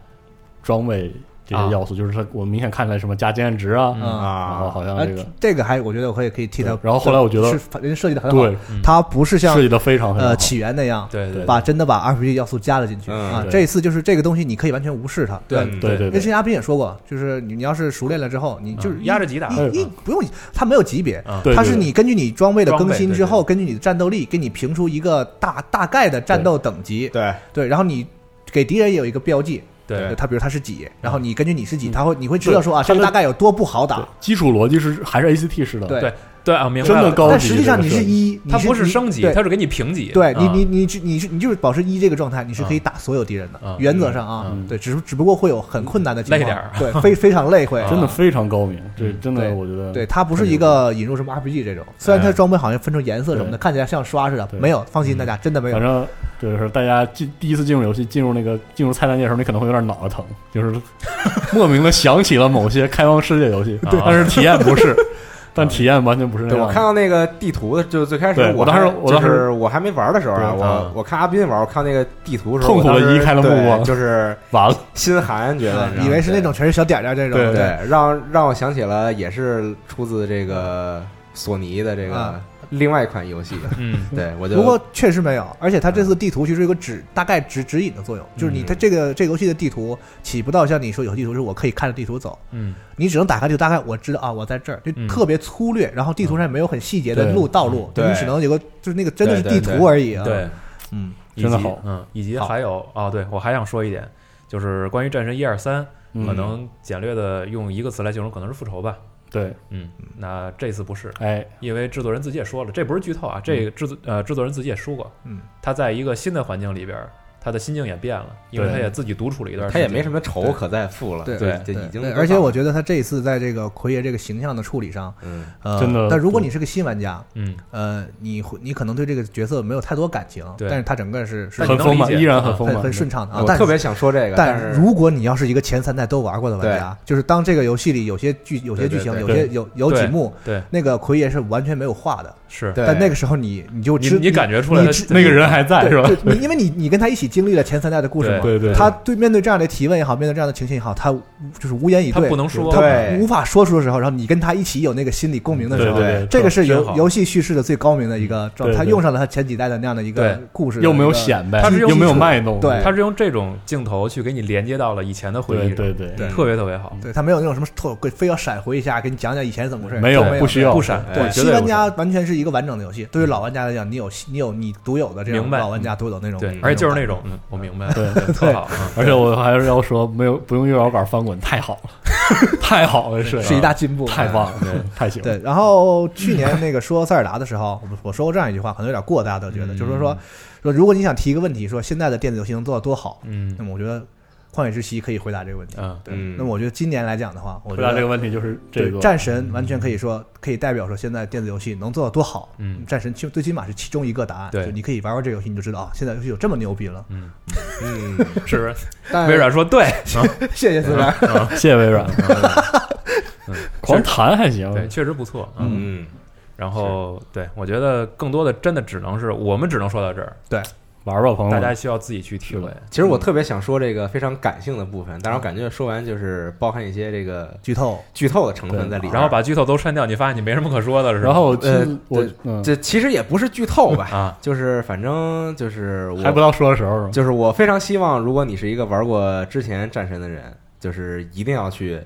G: 装备这些要素，就是它我明显看出来什么加经验值啊，
C: 啊嗯
B: 啊，
G: 然后
E: 啊，
G: 好像
B: 啊
G: 这个、
B: 这个还我觉得我可以可以替他
G: 对。然后后来我觉得
B: 是反人家设计的很好，
G: 对
B: 它不是像
G: 设计的非常非常好
B: 呃起源那样
C: 对对
B: 把真的把 RPG 要素加了进去
E: 嗯
B: 啊。
G: 对
B: 这一次就是这个东西你可以完全无视它，
C: 对
E: 嗯
G: 对对
B: 那之
G: 对，
B: 前阿斌也说过，就是你你要是熟练了之后，你就是
C: 嗯
B: 一
C: 压着级打
B: 一一不用，它没有级别，
C: 啊，
G: 对
B: 它是你根据你装备的更新之后，
C: 装
B: 根据你的战斗力，给你评出一个大大概的战斗等级，
E: 对，
B: 对，然后你给敌人也有一个标记，
C: 对
B: 就他比如他是几，然后你根据你是几，
G: 嗯
B: 他会你会知道说啊，
G: 对
B: 这个
G: 它
B: 大
G: 的
B: 概有多不好打
G: 对，基础逻辑是还是 ACT 式的，
B: 对
C: 对啊，明白
G: 真的
C: 了
G: 高级
B: 但实际上你
G: 这个
B: 是
G: 设计嗯
B: 一，你
C: 它不是
B: 你
C: 升级，
B: 对
C: 它是给你评级。
B: 对你
C: 啊
B: 你你你是你就是保持一这个状态，你是可以打所有敌人的
C: 啊，
B: 原则上啊
G: 嗯，
B: 对，只只不过会有很困难的情
C: 累点
B: 况
C: 儿，
B: 对，非非常累会
C: 啊
G: 真的非常高明，这真
B: 嗯对
G: 的我觉得
B: 对，它不是一个引入什么 RPG 这种，虽然它装备好像分成颜色什么的，
G: 对
B: 看起来像刷似的，
G: 对
B: 没有，放心，大家真的没有
G: 反。正就是大家进第一次进入游戏，进入那个进入菜单页的时候，你可能会有点脑袋疼，就是 莫名的想起了某些开放世界游戏，啊
C: 对
G: 但是体验 不是，但体验完全不是那
E: 对，我
G: 样
E: 看
G: 的。
E: 到那个地图的，就最开始
G: 对我当时
E: 还
G: 我当时
E: 就是我还没玩的时候啊，
G: 对
E: 我
C: 啊
E: 我看阿斌玩，我看那个地图的时候，
G: 痛苦地
E: 我当时
G: 移开了目光
E: 对就是
G: 完了，
E: 心寒，觉得
B: 啊以为是那种全是小点点这种，
G: 对
E: 对，让让我想起了也是出自这个索尼的这个
B: 啊
E: 另外一款游戏，
C: 嗯
E: 对我就
B: 不过确实没有，而且它这次地图其实有一个指大概指指引的作用，就是你它这个这个游戏的地图起不到像你说有些地图是我可以看着地图走，
C: 嗯
B: 你只能打开就大概我知道啊，我在这儿，就
C: 嗯
B: 特别粗略，然后地图上也没有很细节的路
G: 对
B: 道路，就
E: 对
B: 你只能有个就是那个真的是
E: 对对
B: 地
E: 对
B: 图而已啊。
C: 对，
B: 嗯，
C: 以
G: 真的
C: 及
G: 好
C: 嗯，以及
B: 好
C: 还有啊，对我还想说一点，就是关于战神一二三，
G: 嗯
C: 可能简略的用一个词来形容，可能是复仇吧。
G: 对，
C: 嗯，那这次不是，
G: 哎，
C: 因为制作人自己也说了，这不是剧透啊，这个制作呃制作人自己也说过，
B: 嗯，
C: 他在一个新的环境里边儿，他的心境也变了，因为
G: 对
C: 他也自己独处了一段时
E: 他
C: 间，
E: 也没什么仇可再负了，
B: 对
E: 就
C: 对
E: 就已经
B: 对
E: 都
B: 而且我
E: 到
B: 觉得他这一次在这个奎爷这个形象的处理上，
E: 嗯
B: 呃，
G: 真的
B: 但如果
G: 对
B: 你是个新玩家，
C: 嗯，
B: 呃，你会你可能对这个角色没有太多感情，
C: 对
B: 但是他整个是是
C: 但
B: 很
G: 很丰满，
C: 你能理解
G: 依然很丰
B: 很
G: 满，
B: 很顺畅的啊。
E: 我
B: 但
E: 特别想说这个，但
B: 但
E: 是
B: 如果你要是一个前三代都玩过的玩家，就是当这个游戏里有些剧、有些剧情、
E: 对
B: 有
E: 对
B: 些
C: 对
B: 有有几
C: 对
B: 幕，
C: 对，
B: 那个奎爷是完全没有话的。
C: 是，
E: 对
B: 但那个时候你你就
C: 你
B: 知
C: 你感觉出来
B: 你
C: 他
B: 知
G: 那个人还在
B: 对
G: 是吧？
B: 对你因为你你跟他一起经历了前三代的故事嘛，
G: 对对，
B: 他对面对这样的提问也好，面对这样的情形也好，他就是无言以
C: 他
B: 对
C: 不。能说，
E: 对
B: 无法说出的时候，然后你跟他一起有那个心理共鸣的
G: 对
B: 时
G: 对
B: 候，
G: 对，
B: 这个是
C: 真
B: 游
C: 好
B: 游戏叙事的最高明的一个状态，
G: 对
B: 他
G: 对
B: 用上了他前几代的那样的一个
C: 对
B: 故事，
G: 又没有
B: 显，
G: 显摆，
C: 他是用
G: 又没有
C: 技术
G: 卖弄，
B: 对
C: 他是用这种镜头去给你连接到了以前的回忆
G: 对
C: 中，
G: 对对，
B: 对嗯
C: 特别特别好，
B: 对他没有那种什么透非要闪回一下，给你讲讲以前是怎么回事，
G: 没
B: 有
G: 有
B: 没
G: 不需要
C: 不闪，
E: 对
C: 对，绝
B: 新
C: 对
B: 玩
C: 不
B: 家
C: 闪。
B: 完全是一个完整的游戏，对于老玩家来讲，你有你有你独有的这种
C: 明白
B: 老玩家独有的那种，
C: 对，
B: 那
C: 而且就是那
B: 感
C: 种，嗯，我明白了，
G: 对
C: 特好，嗯
G: 而且我还是要说，没有不用右摇杆翻滚，太好了，太好了，是啊
B: 觉是一大进步，
C: 啊
G: 太棒了，太行了，
B: 对，然后去年那个说塞尔达的时候，我们我说过这样一句话，可能有点过，大家都觉得，
C: 嗯
B: 就是说说如果你想提一个问题，说现在的电子游戏能做到多好，
C: 嗯
B: 那么我觉得《旷野之息》可以回答这个问题。
C: 嗯，
B: 对，
E: 嗯
B: 那么我觉得今年来讲的话，我觉
G: 回答这个
B: 得
G: 问题就是这
B: 对
G: 个
B: 战神完全可以说可以代表说现在电子游戏能做到多好。
C: 嗯
B: 战神最最起码是其中一个答案，
C: 对
B: 就你可以玩玩这个游戏，你就知道啊，现在游戏有这么牛逼了。
C: 嗯，
E: 嗯，
C: 啊是不是
B: 哎
E: 但
C: 微软说对，
B: 谢谢思然，
G: 谢谢微软，
C: 狂
G: 狂谈还行，
C: 嗯对，确实不错，嗯。
E: 嗯
C: 然后，对我觉得更多的真的只能是我们只能说到这儿。
B: 对，
G: 玩吧，朋友
C: 大
G: 们。
C: 家需要自己去体会。
B: 嗯
E: 其实我特别想说这个非常感性的部分，但是我感觉说完就是包含一些这个
B: 剧透，
E: 剧透的成分
B: 啊
E: 在里边。
C: 然后把剧透都删掉，你发现你没什么可说的，是吧？
G: 然后我
E: 呃
G: 我
E: 对
G: 嗯，
E: 这其实也不是剧透
B: 嗯
E: 吧，
C: 啊，
E: 就是反正就是我
G: 还不到说的时候是吧？
E: 就是我非常希望，如果你是一个玩过之前战神的人，就是一定要去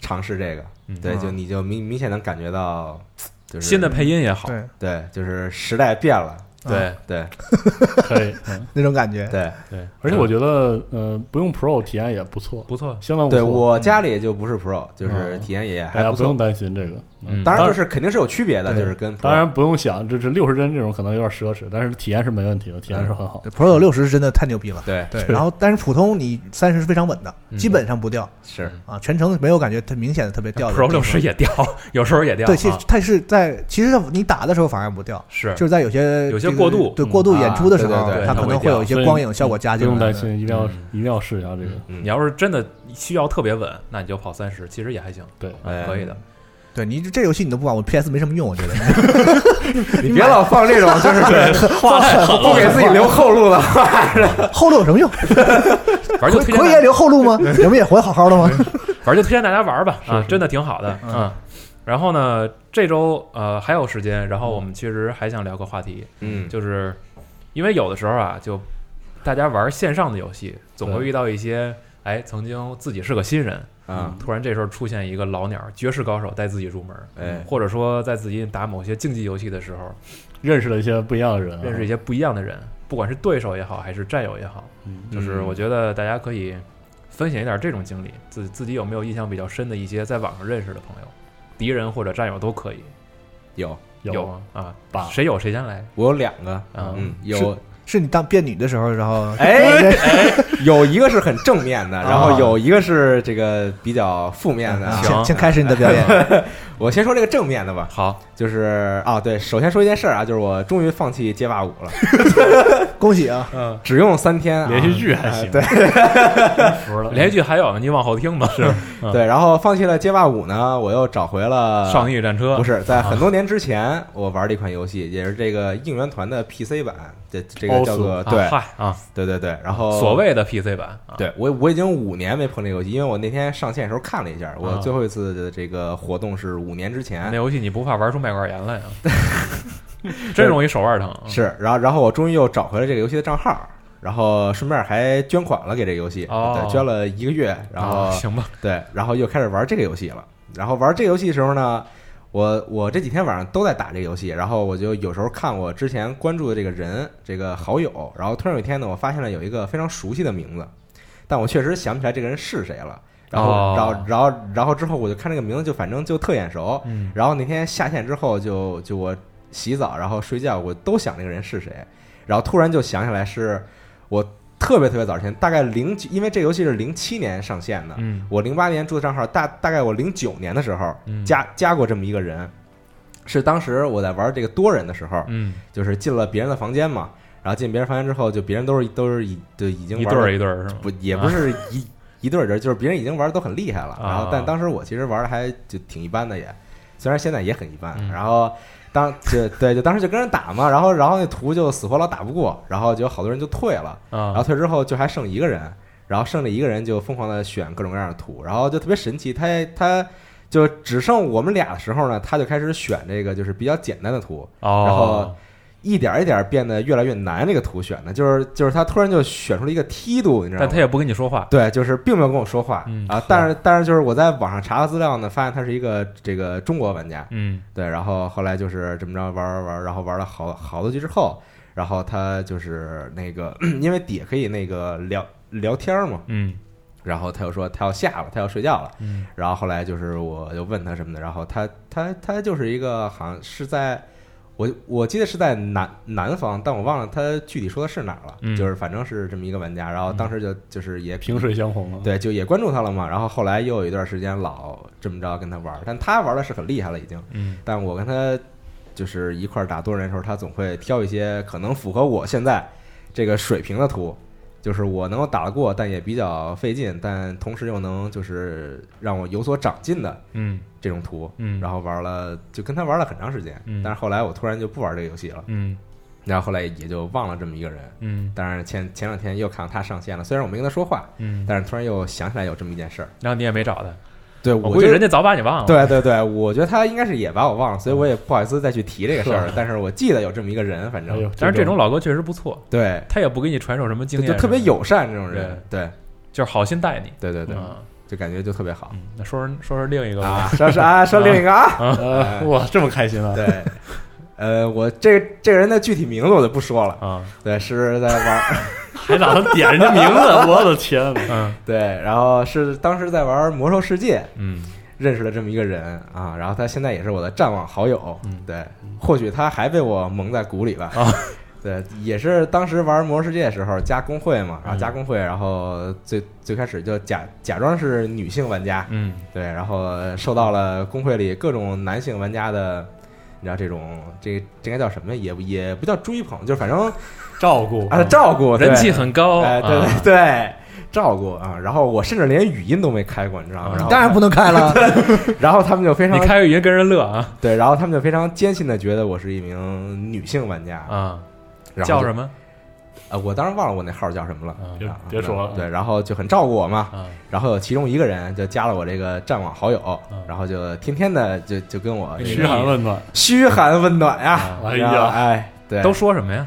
E: 尝试这个。
C: 嗯
E: 对，
B: 嗯
E: 就你就明明显能感觉到，就是
C: 新的配音也好，
B: 对
E: 对，就是时代变了。
C: 对，
E: 对
G: 可以，嗯
B: 那种感觉，
E: 对
C: 对，嗯
G: 而且我觉得呃，不用 Pro 体验也不错，
C: 不错，
G: 相当不
E: 对，
G: 错。
E: 我家里就不是 Pro，就是
G: 嗯
E: 体验也
G: 大
E: 还
G: 家
E: 不
G: 不
E: 错
G: 用。担心这个，
C: 嗯
E: 当然就是肯定是有区别的，
B: 对
E: 就是跟 Pro
G: 当然不用想，这这六十帧这种可能有点奢侈，但是体验是没问题的，体验是很好。
B: 对 Pro 六十真的太牛逼了。
E: 对
B: 对，然后但是普通你三十是非常稳的，基本上不掉
E: 是
B: 啊，全程没有感觉它明显的特别掉的地
C: Pro
B: 方。
C: 六十也掉，有时候也掉啊，
B: 对，其实它是在其实你打的时候反而不掉，
C: 是
B: 就是在有些
C: 有些
B: 这个
C: 过渡
B: 对
C: 嗯
B: 过度演出的时
E: 啊
B: 候
E: 对对，对
B: 它可能会有一些
G: 所以
B: 光影效果加进
G: 不
B: 来。
G: 用担心，一定要
C: 嗯
G: 一定要试一下这个。
C: 你要是真的需要特别稳，那你就跑三十，其实也还行，
G: 对，
E: 哎
C: 嗯可以的。
B: 对你这游戏你都不玩，我 PS 没什么用，我觉得。
E: 你别老放这种就是
C: 话太狠
E: 不给自己留后路了。
B: 后路有什么用？
C: 反正就推
B: 奎
C: 荐
B: 爷
C: 大家，
B: 留后路吗？人们也活得好好的吗？
C: 反正就推荐大家玩吧，啊，
G: 是
C: 真的挺好的，
B: 嗯
C: 嗯。然后呢，这周呃还有时间，然后我们其实还想聊个话题，
E: 嗯，
C: 就是因为有的时候啊，就大家玩线上的游戏，总会
G: 对
C: 遇到一些哎，曾经自己是个新人，
E: 啊，
C: 突然这时候出现一个老鸟绝世高手带自己入门，
E: 哎，
C: 或者说在自己打某些竞技游戏的时候，
G: 认识了一些不一样的人啊，
C: 认识一些不一样的人，不管是对手也好，还是战友也好，
G: 嗯
C: 就是我觉得大家可以分享一点这种经历，自自己有没有印象比较深的一些在网上认识的朋友，敌人或者战友都可以。
E: 有
C: 有
G: 有
C: 吗啊，
G: 吧
C: 谁有谁先来。
E: 我有两个，
C: 嗯
E: 嗯，有
B: 是你当变女的时候，然后
E: 哎哎， 有一个是很正面的，然后有一个是这个比较负面的。
C: 啊
E: 行
B: 先先开始你的表演。
E: 我先说这个正面的吧，
C: 好，
E: 就是啊，对，首先说一件事儿啊，就是我终于放弃街霸五 了，
B: 恭喜啊！
E: 只用三天、啊、
G: 连续剧还 行，
E: 对
G: 服了，
C: 连续剧还有，你往后听吧。是嗯
E: 对，然后放弃了街霸五呢，我又找回了
C: 上啊亿战车
E: 呃不是在很多年之前我玩的一款游戏，也是这个应援团的 PC 版，这这个叫做
C: 啊
E: 对
C: 嗨啊，
E: 对对对，然后
C: 所谓的 PC 版啊，
E: 对我我已经五年没碰这个游戏，因为我那天上线的时候看了一下，
C: 啊
E: 我最后一次的这个活动是五年之前
C: 那，游戏你不怕玩出卖瓜炎来 啊？真容易手腕疼。
E: 是，然后然后我终于又找回了这个游戏的账号，然后顺便还捐款了给这个游戏，
C: 哦
E: 对，捐了一个月，然后、
C: 啊行吧，
E: 对，然后又开始玩这个游戏了。然后玩这个游戏的时候呢，我我这几天晚上都在打这个游戏，然后我就有时候看我之前关注的这个人这个好友，然后突然有一天呢，我发现了有一个非常熟悉的名字，但我确实想不起来这个人是谁了。然后，
C: 哦
E: 然后，然后，然后之后我就看这个名字，就反正就特眼熟，
C: 嗯，
E: 然后那天下线之后就，就我洗澡，然后睡觉，我都想那个人是谁，然后突然就想起来是我特别特别早之前，大概零九，因为这游戏是零七年上线的，
C: 嗯
E: 我零八年注册账号，大大概我零九年的时候
C: 嗯
E: 加加过这么一个人，是当时我在玩这个多人的时候，
C: 嗯，
E: 就是进了别人的房间嘛，然后进别人房间之后，就别人都是都是已就已经
C: 一
E: 玩
C: 对
E: 得
C: 儿一对儿是吗？
E: 不也不是一、一对儿人，就是别人已经玩的都很厉害了。然后
C: 啊，
E: 但当时我其实玩的还就挺一般的也，虽然现在也很一般。
C: 嗯
E: 然后当就对，就当时就跟人打嘛，然后然后那图就死活老打不过，然后就有好多人就退了，然后
C: 啊，
E: 退之后就还剩一个人，然后剩了一个人就疯狂的选各种各样的图，然后就特别神奇，他他。就只剩我们俩的时候呢，他就开始选这个就是比较简单的图，然
C: 哦
E: 后，一点儿一点儿变得越来越难。这个图选的就是就是他突然就选出了一个梯度，你知道吗？
C: 但他也不跟你说话。
E: 对，就是并没有跟我说话、
C: 嗯
E: 啊。但是但是就是我在网上查了资料呢，发现他是一个这个中国玩家。
C: 嗯，
E: 对，然后后来就是这么着玩玩玩，然后玩了好好多局之后，然后他就是那个， 因为底下可以那个聊聊天儿嘛，
C: 嗯
E: 然后他又说他要下了，他要睡觉了。
C: 嗯
E: 然后后来就是我就问他什么的，然后他他他就是一个好像是在。我我记得是在南南方，但我忘了他具体说的是哪儿了。
C: 嗯
E: 就是反正是这么一个玩家，然后当时就就是也
G: 萍水相逢啊，
E: 对，就也关注他了嘛。然后后来又有一段时间老这么着跟他玩儿，但他玩的是很厉害了已经。
C: 嗯，
E: 但我跟他就是一块儿打多人的时候，他总会挑一些可能符合我现在这个水平的图，就是我能够打得过，但也比较费劲，但同时又能就是让我有所长进的
C: 嗯
E: 这种图。
C: 嗯，
E: 然后玩了，就跟他玩了很长时间
C: 嗯，
E: 但是后来我突然就不玩这个游戏了。
C: 嗯
E: 然后后来也就忘了这么一个人。
C: 嗯
E: 当然前前两天又看到他上线了，虽然我没跟他说话，
C: 嗯，
E: 但是突然又想起来有这么一件事儿。
C: 然后你也没找他，
E: 对，
C: 我
E: 我
C: 估计
E: 就
C: 人家啊早把你忘了。
E: 对对对，我觉得他应该是也把我忘了，所以我也不好意思再去提这个事儿了。但是我记得有这么一个人，反
G: 哎呦
E: 正，
C: 但是这种老哥确实不错，
E: 对，
C: 他也不给你传授什么经
E: 就
C: 验，
E: 就特别，友善这种人，对
C: 就是好心待你。
E: 对对对，
C: 嗯
E: 就感觉就特别好
C: 嗯，那说说说说另一个吧。
E: 啊。说是啊，说另一个啊，
G: 呃，哇，这么开心啊！
E: 对，呃，我这个这个人的具体名字我就不说了，
C: 啊，
E: 对，是在玩，
G: 还打算点人家名字，我的天哪！
C: 嗯
E: 对，然后是当时在玩魔兽世界，
C: 嗯，
E: 认识了这么一个人啊，然后他现在也是我的战网好友，对，或许他还被我蒙在鼓里吧。
C: 嗯啊
E: 对，也是当时玩《魔兽世界》的时候加工会嘛，
C: 嗯
E: 然后加工会，然后最最开始就假假装是女性玩家，
C: 嗯
E: 对，然后受到了工会里各种男性玩家的，你知道这种这这应该叫什么？也也不叫追捧，就反正
G: 照顾
E: 啊照顾，对
C: 哦人气很高，
E: 哎，对
C: 啊
E: 对对，照顾啊。然后我甚至连语音都没开过，你知
C: 啊
E: 道吗？然后
B: 当然不能开了，
E: 然后他们就非常
C: 你开个语音跟人乐啊
E: 对，然后他们就非常艰辛的觉得我是一名女性玩家，
C: 啊，
E: 然后
C: 叫什
E: 么？
C: 么
E: 呃，我当然忘了我那号叫什么了。
C: 啊？
G: 别
E: 啊
G: 别说了
E: 对，然后就很照顾我嘛。
C: 啊
E: 然后有其中一个人就加了我这个战网好友，然后就天天的就就跟我
G: 嘘
C: 啊
G: 寒问暖，
E: 嘘寒问暖呀、
G: 哎
E: 然后
G: 呀，
E: 哎，对，
C: 都说什么呀？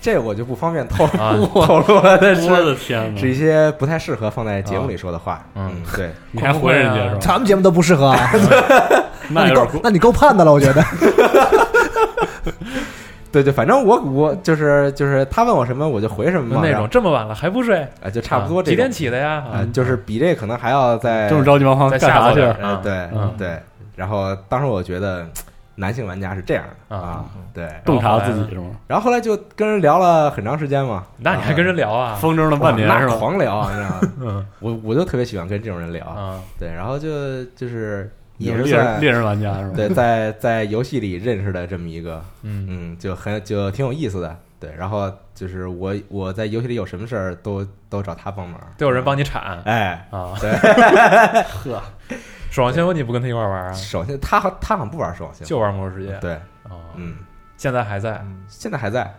E: 这个我就不方便透
C: 啊
E: 露透露了，但
G: 我
E: 是
G: 的天
E: 是一
G: 哪！
E: 些不太适合放在节目里说的话。
C: 嗯
E: 嗯，对，
G: 你还回人家是吧？
B: 咱们节目都不适合啊。那
G: 那
B: 你
G: 有
B: 够
G: 点
E: 啊
G: 过，
B: 那你够盼的了，我觉得。
E: 对对，反正我我就是就是他问我什么我就回什么嘛，
C: 那
E: 然后
C: 种这么晚了还不睡，
E: 啊就差不多
C: 啊
E: 这
C: 几
E: 种
C: 点起的嗯呀？
E: 啊
C: 啊，
E: 就是比这可能还要再
G: 这么着急忙慌
C: 再
G: 干
C: 吓
G: 啥
C: 唬
G: 去
C: 点？
E: 哎，
C: 啊，
E: 对、
G: 嗯
E: 对。然后当时我觉得嘖男性玩家是这样的啊，对。
G: 洞
C: 哎
G: 察自己是吗？
E: 然后后来就跟人聊了很长时间嘛，
C: 那你还跟人聊啊？
G: 风筝了
E: 啊
G: 半年
E: 哇
G: 是
E: 那
G: 吧？
E: 狂聊，你知道吗？
C: 嗯
E: 我我就特别喜欢跟这种人聊，
C: 啊，
E: 对。然后就就是
G: 你
E: 也是
G: 是猎人
E: 算
G: 猎人玩家是吧？
E: 对，在在游戏里认识的这么一个，
C: 嗯
E: 嗯，就很就挺有意思的。对，然后就是我我在游戏里有什么事儿都都找他帮忙，
C: 都有人帮你铲
E: 哎，
C: 啊。
E: 对，
C: 呵，爽先问你不跟他一块儿玩啊？
E: 首先他好他好像不玩守望先锋，
C: 就玩魔兽世界
E: 对，
C: 啊，
E: 嗯，
C: 现在还在，
E: 现在还在，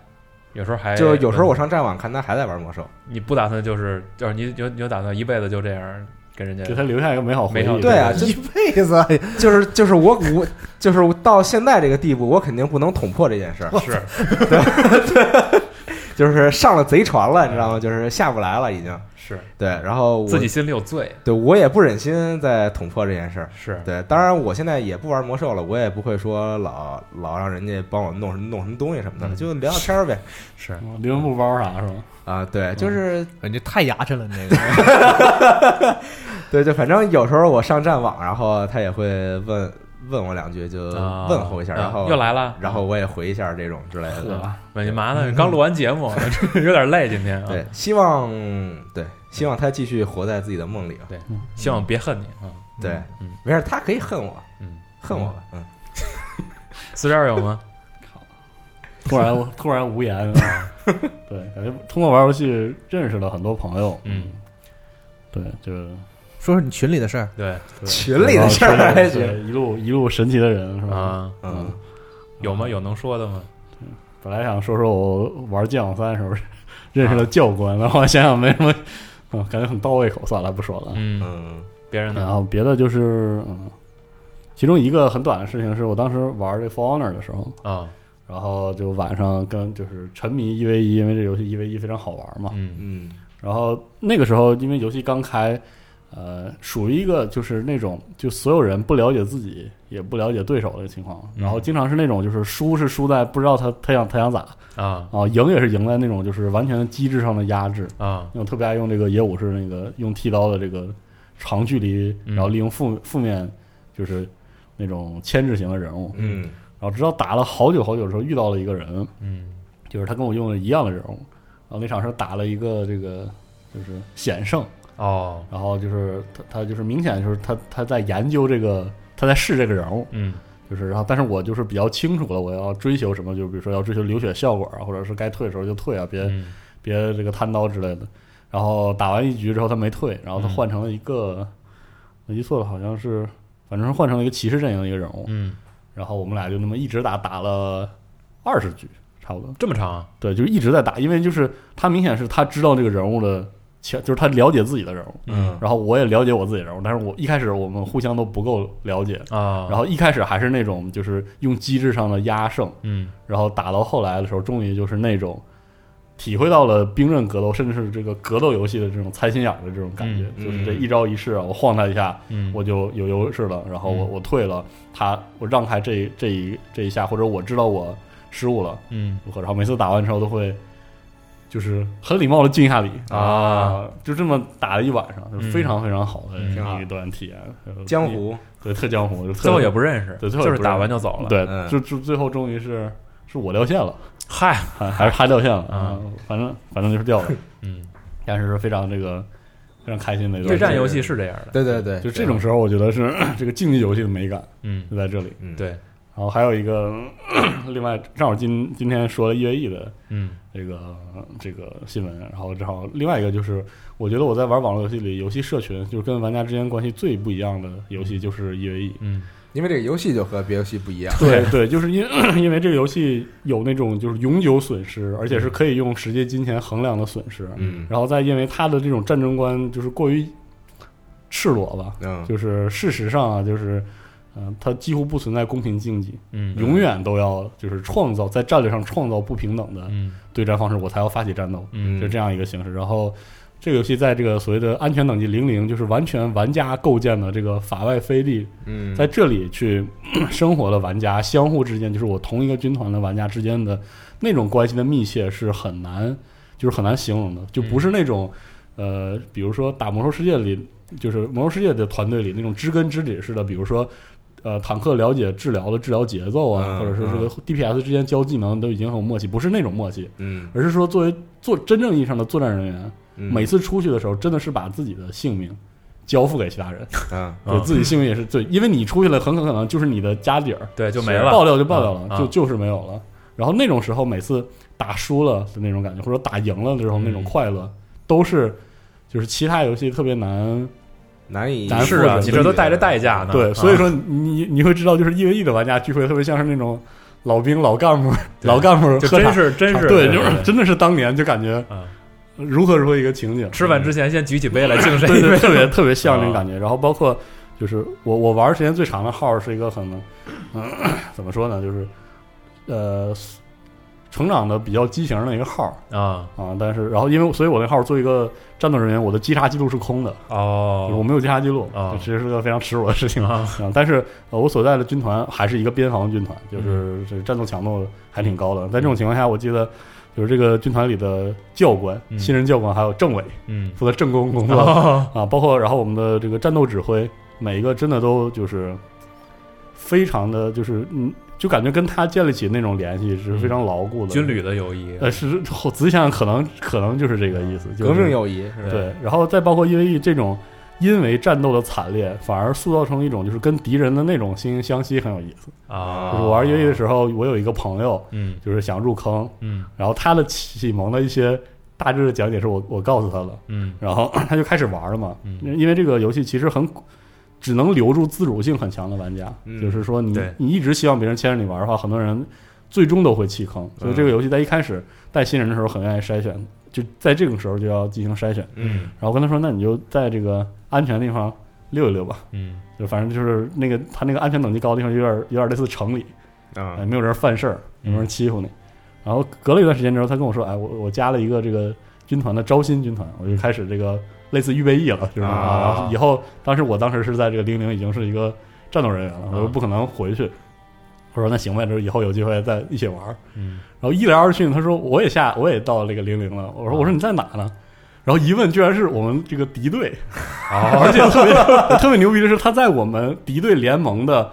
C: 有时候还
E: 就有时候我上战网看他还在玩魔兽，
C: 你不打算就是就是你有你有打算一辈子就这样跟人家
G: 给他留下一个美好回忆
C: 美好。
E: 对啊，
G: 是吧
E: 就
B: 一辈子，
E: 就是就是我我就是我到现在这个地步，我肯定不能捅破这件事儿，
C: 是
E: 就是上了贼船了，你知道吗？就是下不来了已经。
C: 是
E: 对，然后我
C: 自己心里有罪
E: 对我也不忍心再捅破这件事儿。
C: 是
E: 对，当然我现在也不玩魔兽了，我也不会说老老让人家帮我弄什么弄什么东西什么的，
C: 嗯嗯
E: 就聊聊天儿呗。
C: 是
G: 嗯灵魂布包啥是吧？
E: 啊，对，就是
B: 哎你这太牙碜了，你这个。
E: 对，就反正有时候我上战网，然后他也会问问我两句，就
C: 啊
E: 呃问候一下，
C: 啊
E: 然后
C: 又来了，
E: 然后我也回一下这种之类
C: 啊
E: 的。
G: 吧？
C: 问你嘛呢？刚录完节 目，有点累今天啊。
E: 对，希望对，希望他继续活在自己的梦里吧。啊
C: 希望别恨你啊。
E: 对
C: 嗯，
E: 没事，他可以恨我，
C: 嗯，
E: 恨我吧。嗯，
C: 四十二有吗？
G: 突然 我突然无言啊！ 对，感觉通过玩游戏认识了很多朋友。
C: 嗯，
G: 对，就是
B: 说说你群里的事儿，
C: 对
E: 群里的事儿
G: 然后
E: 还
G: 对
E: 行。
G: 一路一路神奇的人是吧？
C: 啊，
E: 嗯，
C: 有吗？有能说的吗？
G: 本来想说说我玩剑网三时候 认识了教官，然后想想没什么，嗯，感觉很到胃口，算了，不说了。
C: 嗯，
E: 嗯
C: 别人
G: 然
C: 呢？
G: 后别的就是，嗯，其中一个很短的事情是我当时玩这 For Honor 的时候，
C: 啊，
G: 然后就晚上跟就是沉迷一 v 一，因为这游戏一 E v 一非常好玩嘛。
C: 嗯
E: 嗯
G: 然后那个时候，因为游戏刚开，呃，属于一个就是那种就所有人不了解自己，也不了解对手的情况，
C: 嗯
G: 然后经常是那种就是输是输在不知道他他想他想咋
C: 啊
G: 啊，赢也是赢在那种就是完全机制上的压制。
C: 啊，
G: 因为我特别爱用这个野武士那个用剃刀的这个长距离，
C: 嗯
G: 然后利用负负面就是那种牵制型的人物，
E: 嗯
G: 然后直到打了好久好久的时候遇到了一个人，
C: 嗯
G: 就是他跟我用了一样的人物，然后那场是打了一个这个就是险胜。
C: 哦，
G: 然后就是他他就是明显就是他他在研究这个，他在试这个人物，
C: 嗯
G: 就是然后但是我就是比较清楚了，我要追求什么，就比如说要追求流血效果啊，或者是该退的时候就退啊，别、
C: 嗯
G: 别这个贪刀之类的。然后打完一局之后他没退，然后他换成了一个，没记错了好像是，反正是换成了一个骑士阵营的一个人物。
C: 嗯
G: 然后我们俩就那么一直打打了二十局，差差不多。
C: 这么长啊？
G: 对，就是一直在打，因为就是他明显是他知道这个人物的前，就是他了解自己的人物，
C: 嗯
G: 然后我也了解我自己人物，但是我一开始我们互相都不够了解，
C: 啊，
G: 然后一开始还是那种就是用机制上的压胜，
C: 嗯
G: 然后打到后来的时候，终于就是那种体会到了兵刃格斗，甚至是这个格斗游戏的这种猜心眼儿的这种感觉，
E: 嗯
G: 就是这一招一式啊，我晃他一下，
C: 嗯，
G: 我就有优势了，然后我
C: 嗯
G: 我退了，他我让开这一这一这一下，或者我知道我失误了，
C: 嗯
G: 然后每次打完之后都会。就是很礼貌的敬一下礼
C: 啊，
G: 就这么打了一晚上，就
C: 嗯
G: 非常非常好的
C: 嗯
E: 挺好
G: 一段体验。呃
E: 江湖
G: 对特江湖，就特
C: 最后也不认识，
G: 对最后也
C: 就
G: 不认识
C: 是打完就走了。，
G: 对，
E: 嗯
G: 就就最后终于是是我掉线了，
C: 嗨，
G: 还还是他掉线了
C: 啊
G: 嗯反正反正就是掉了，
C: 嗯，
G: 但是非常这个非常开心的一段
C: 对战
G: 时间
C: 游戏是这样的，
E: 对对对，
G: 就这种时候，我觉得是 这个竞技游戏的美感
C: 嗯，
G: 就在这里。
E: 嗯
C: 对，
G: 然后还有一个， 另外正好今今天说了 EVE 的
C: 嗯
G: 这个这个新闻，然后正好另外一个就是，我觉得我在玩网络游戏里，游戏社群就是跟玩家之间关系最不一样的游戏就是 EVE。
C: 嗯
E: 因为这个游戏就和别游戏不一样，
G: 对对，就是因因为这个游戏有那种就是永久损失，而且是可以用实际金钱衡量的损失。
E: 嗯
G: 然后再因为它的这种战争观就是过于赤裸吧，
E: 嗯，
G: 就是事实上啊，就是嗯、呃它几乎不存在公平竞技，
C: 嗯，
G: 永远都要就是创造在战略上创造不平等的
C: 嗯
G: 对战方式，我才要发起战斗，
C: 嗯
G: 就这样一个形式。然后。这个游戏在这个所谓的安全等级零零，就是完全玩家构建的这个法外飞力
E: 嗯，
G: 在这里去 生活的玩家相互之间，就是我同一个军团的玩家之间的那种关系的密切是很难，就是很难形容的，就
E: 嗯
G: 不是那种、呃，比如说打魔兽世界里，就是魔兽世界的团队里那种知根知底似的，比如说。呃，坦克了解治疗的治疗节奏啊，
E: 嗯
G: 或者是这个 DPS 之间交技能都已经很有默契，不是那种默契，
E: 嗯，
G: 而是说作为做真正意义上的作战人员，
E: 嗯
G: 每次出去的时候真的是把自己的性命交付给其他人，
E: 嗯
C: 啊
G: 对自己性命也是对，因为你出去了，很可能就是你的家底儿
C: 啊对就没了，
G: 爆掉就爆掉了，
C: 啊
G: 就就是没有了。然后那种时候，每次打输了的那种感觉，或者打赢了的时候
C: 嗯
G: 那种快乐，都是就是其他游戏特别难。
E: 难以
G: 咱
C: 是
G: 复
C: 啊，
G: 杂
C: 你这都带着代价呢。
G: 对，
C: 啊
G: 所以说你你会知道，就是 EVE 的玩家聚会特别像是那种老兵、老干部、
C: 对
G: 老干部
C: 就
G: 喝
C: 真
G: 茶，啊
C: 是真是
G: 对，就是真的是当年就感觉
C: 啊
G: 如何如何一个情景。
C: 吃饭之前先举起杯来敬谁
G: 对
C: 一杯
G: 对，，啊特别特别像那种感觉。然后包括就是我我玩儿时间最长的号儿是一个很，嗯、怎么说呢，就是呃成长的比较畸形的一个号 儿
C: 啊
G: 啊。但是然后因为所以我那号儿作为一个战斗人员，我的击杀记录是空的，就是我
C: 哦
G: 没有击杀记录，
C: 哦
G: 这其实是个非常耻辱的事情。
C: 啊
G: 啊， 但是、呃、我所在的军团还是一个边防军团，就是这战斗强度还挺高的。在这种情况下，我记得就是这个军团里的教官、
C: 嗯
G: 新人教官还有政委
C: 嗯
G: 负责政工工作，
C: 哦
G: 啊，包括然后我们的这个战斗指挥，每一个真的都就是非常的就是嗯，就感觉跟他建立起那种联系是非常牢固的。
C: 军旅的友谊
G: 呃是，我仔细想想，可能可能就是这个意思，就
E: 革
G: 是、
E: 命友谊是吧？
G: 对，然后再包括 EVE 这种。因为战斗的惨烈，反而塑造成一种就是跟敌人的那种惺惺相惜，很有意思。
C: 啊，
G: 就是我玩 EVE 的时候，我有一个朋友，
C: 嗯
G: 就是想入坑，
C: 嗯
G: 然后他的启蒙的一些大致的讲解是我我告诉他了，
C: 嗯
G: 然后他就开始玩了嘛。
C: 嗯
G: 因为这个游戏其实很只能留住自主性很强的玩家，
E: 嗯
G: 就是说你
C: 对
G: 你一直希望别人牵着你玩的话，很多人最终都会弃坑。
C: 嗯
G: 所以这个游戏在一开始带新人的时候很愿意筛选，就在这个时候就要进行筛选。
E: 嗯
G: 然后跟他说，那你就在这个安全的地方溜一溜吧。
C: 嗯
G: 就反正就是那个他那个安全等级高的地方，有点有点类似城里，
C: 嗯
G: 哎，
E: 啊
G: 没有人犯事儿，也没有人欺负你。然后隔了一段时间之后，他跟我说：“哎，我我加了一个这个军团的招新军团，我就开始这个类似预备役了，就是
E: 啊
G: 然后以后当时我当时是在这个零零已经是一个战斗人员了，我又不可能回去。我说那行呗，就是以后有机会再一起玩儿。
C: 嗯
G: 然后一来二去，他说我也下，我也到这个零零了。我说我说你在哪呢？然后一问，居然是我们这个敌对，而且 特别特别牛逼的是，他在我们敌对联盟的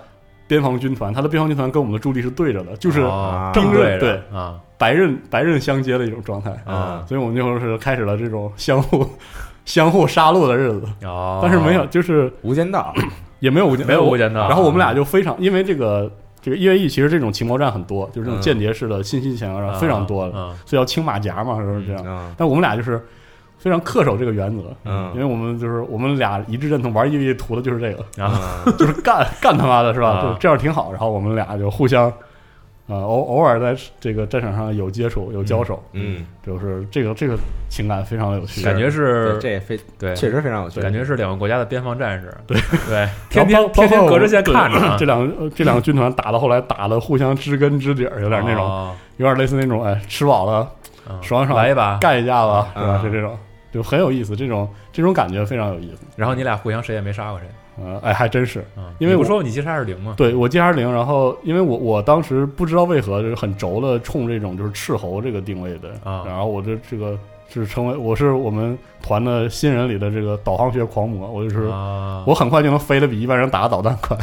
G: 边防军团，他的边防军团跟我们的驻地是对着的，就是
C: 哦
G: 兵
C: 正
G: 刃
C: 对
G: 对嗯
C: 着啊
G: 白刃白刃相接的一种状态。
C: 啊
G: 所以我们就是开始了这种相互相互杀戮的日子，
C: 哦，
G: 但是没有，就是
E: 无间道，
G: 也没有无间
C: 没有啊无间道
G: 然后我们俩就非常因为这个。这个 EVE 其实这种情报战很多，就是这种
E: 嗯
G: 间谍式的信息墙，然后非常多的，
C: 啊
G: 所以要清马甲嘛，就是这样。
E: 嗯
G: 但我们俩就是非常恪守这个原则，因
E: 嗯
G: 为我们就是我们俩一致认同玩 EVE 图的就是这个，
C: 啊
G: 就是干干他妈的是吧？
C: 啊
G: 就这样挺好。然后我们俩就互相啊，偶偶尔在这个战场上有接触、有交手，
E: 嗯，
G: 就是这个这个情感非常有趣，
C: 嗯感觉是
E: 对这也非
C: 对，
E: 确实非常有趣，
C: 感觉是两个国家的边防战士，对 对，
G: 然
C: 天
G: 后
C: 天天
G: 包包括
C: 天
G: 我
C: 隔着线看着啊，
G: 这两个这两个军团打到后来打的互相知根知底儿，有点那种，
C: 哦
G: 有点类似那种，哎，吃饱了
C: 嗯
G: 爽爽
C: 来一把，
G: 干一架吧，是吧？
E: 嗯
G: 就这种，就很有意思，这种这种感觉非常有意思。
C: 然后你俩互相谁也没杀过谁，
G: 呃，哎，还真是，
C: 嗯，
G: 因为
C: 你不
G: 我
C: 说你击杀二零吗？
G: 对我 G 二零，然后因为我我当时不知道为何就是很轴的冲这种就是斥候这个定位的
C: 啊
G: 然后我这这个是成为我是我们团的新人里的这个导航学狂魔，我就是。
C: 啊，
G: 我很快就能飞得比一般人打的导弹快，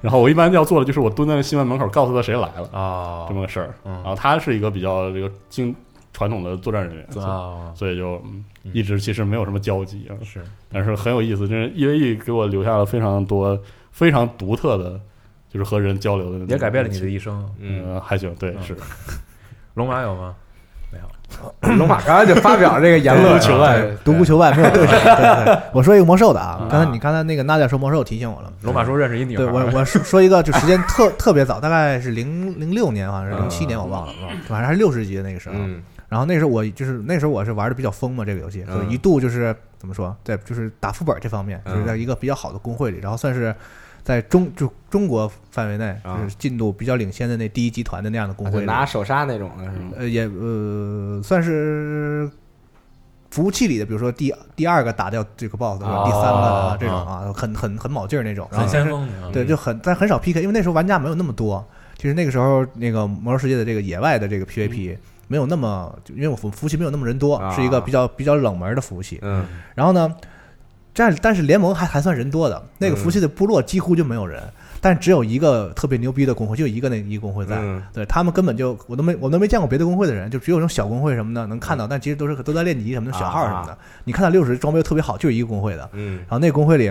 G: 然后我一般要做的就是我蹲在那新闻门口，告诉他谁来了，
C: 啊
G: 这么个事儿。
C: 嗯
G: 然后他是一个比较这个经传统的作战人员，所以
C: 啊
G: 所以就嗯
C: 嗯
G: 一直其实没有什么交集啊，
C: 是
G: 但是很有意思，真是 EVE 给我留下了非常多、非常独特的，就是和人交流的那种，
C: 也改变了你的一生。
E: 嗯，
G: 呃，还行，对，
C: 嗯
G: 是
C: 龙马有吗？
E: 龙马刚才就发表了这个言论，啊
G: 求爱
E: 对
B: 独孤求败没有。对 对对，我说一个魔兽的啊
C: 啊，
B: 刚才你刚才那个娜姐说魔兽提醒我了。
C: 龙马说认识一女孩
B: 对我，我是说一个，就时间特特别早，大概是零零六年，好像是零七年，我忘了，反正还是六十级的那个时候。
E: 嗯
B: 然后那时候我就是那时候我是玩的比较疯嘛，这个游戏，
E: 嗯
B: 就一度就是怎么说，在就是打副本这方面，
E: 嗯
B: 就是在一个比较好的工会里，然后算是在中就中国范围内
E: 啊
B: 就是进度比较领先的那第一集团的那样的工
E: 就
B: 会里，
E: 拿手刹那种的是吗？
B: 呃也呃算是服务器里的，比如说第第二个打掉这个 BOSS 或者第三个
C: 哦
B: 啊这种啊，很很很卯劲儿那种，然
C: 很
B: 后
C: 先锋
E: 嗯
C: 的啊，
B: 对，就很但很少 PK，因为那时候玩家没有那么多。其实那个时候，那个《魔兽世界》的这个野外的
E: 嗯
B: 这个 PVP 没有那么，就因为我服服务器没有那么人多
E: 啊，
B: 是一个比较比较冷门的服务器。
E: 嗯
B: 然后呢，但但是联盟还还算人多的，
E: 嗯
B: 那个服务器的部落几乎就没有人，但只有一个特别牛逼的工会，就一个那一个工会在。
E: 嗯
B: 对他们根本就我都没我都没见过别的工会的人，就只有那种小工会什么的能看
E: 嗯
B: 到，但其实都是都在练级什么的小号什
E: 啊
B: 么的。你看到六十装备特别好，就是一个工会的，
E: 嗯
B: 然后那个工会里，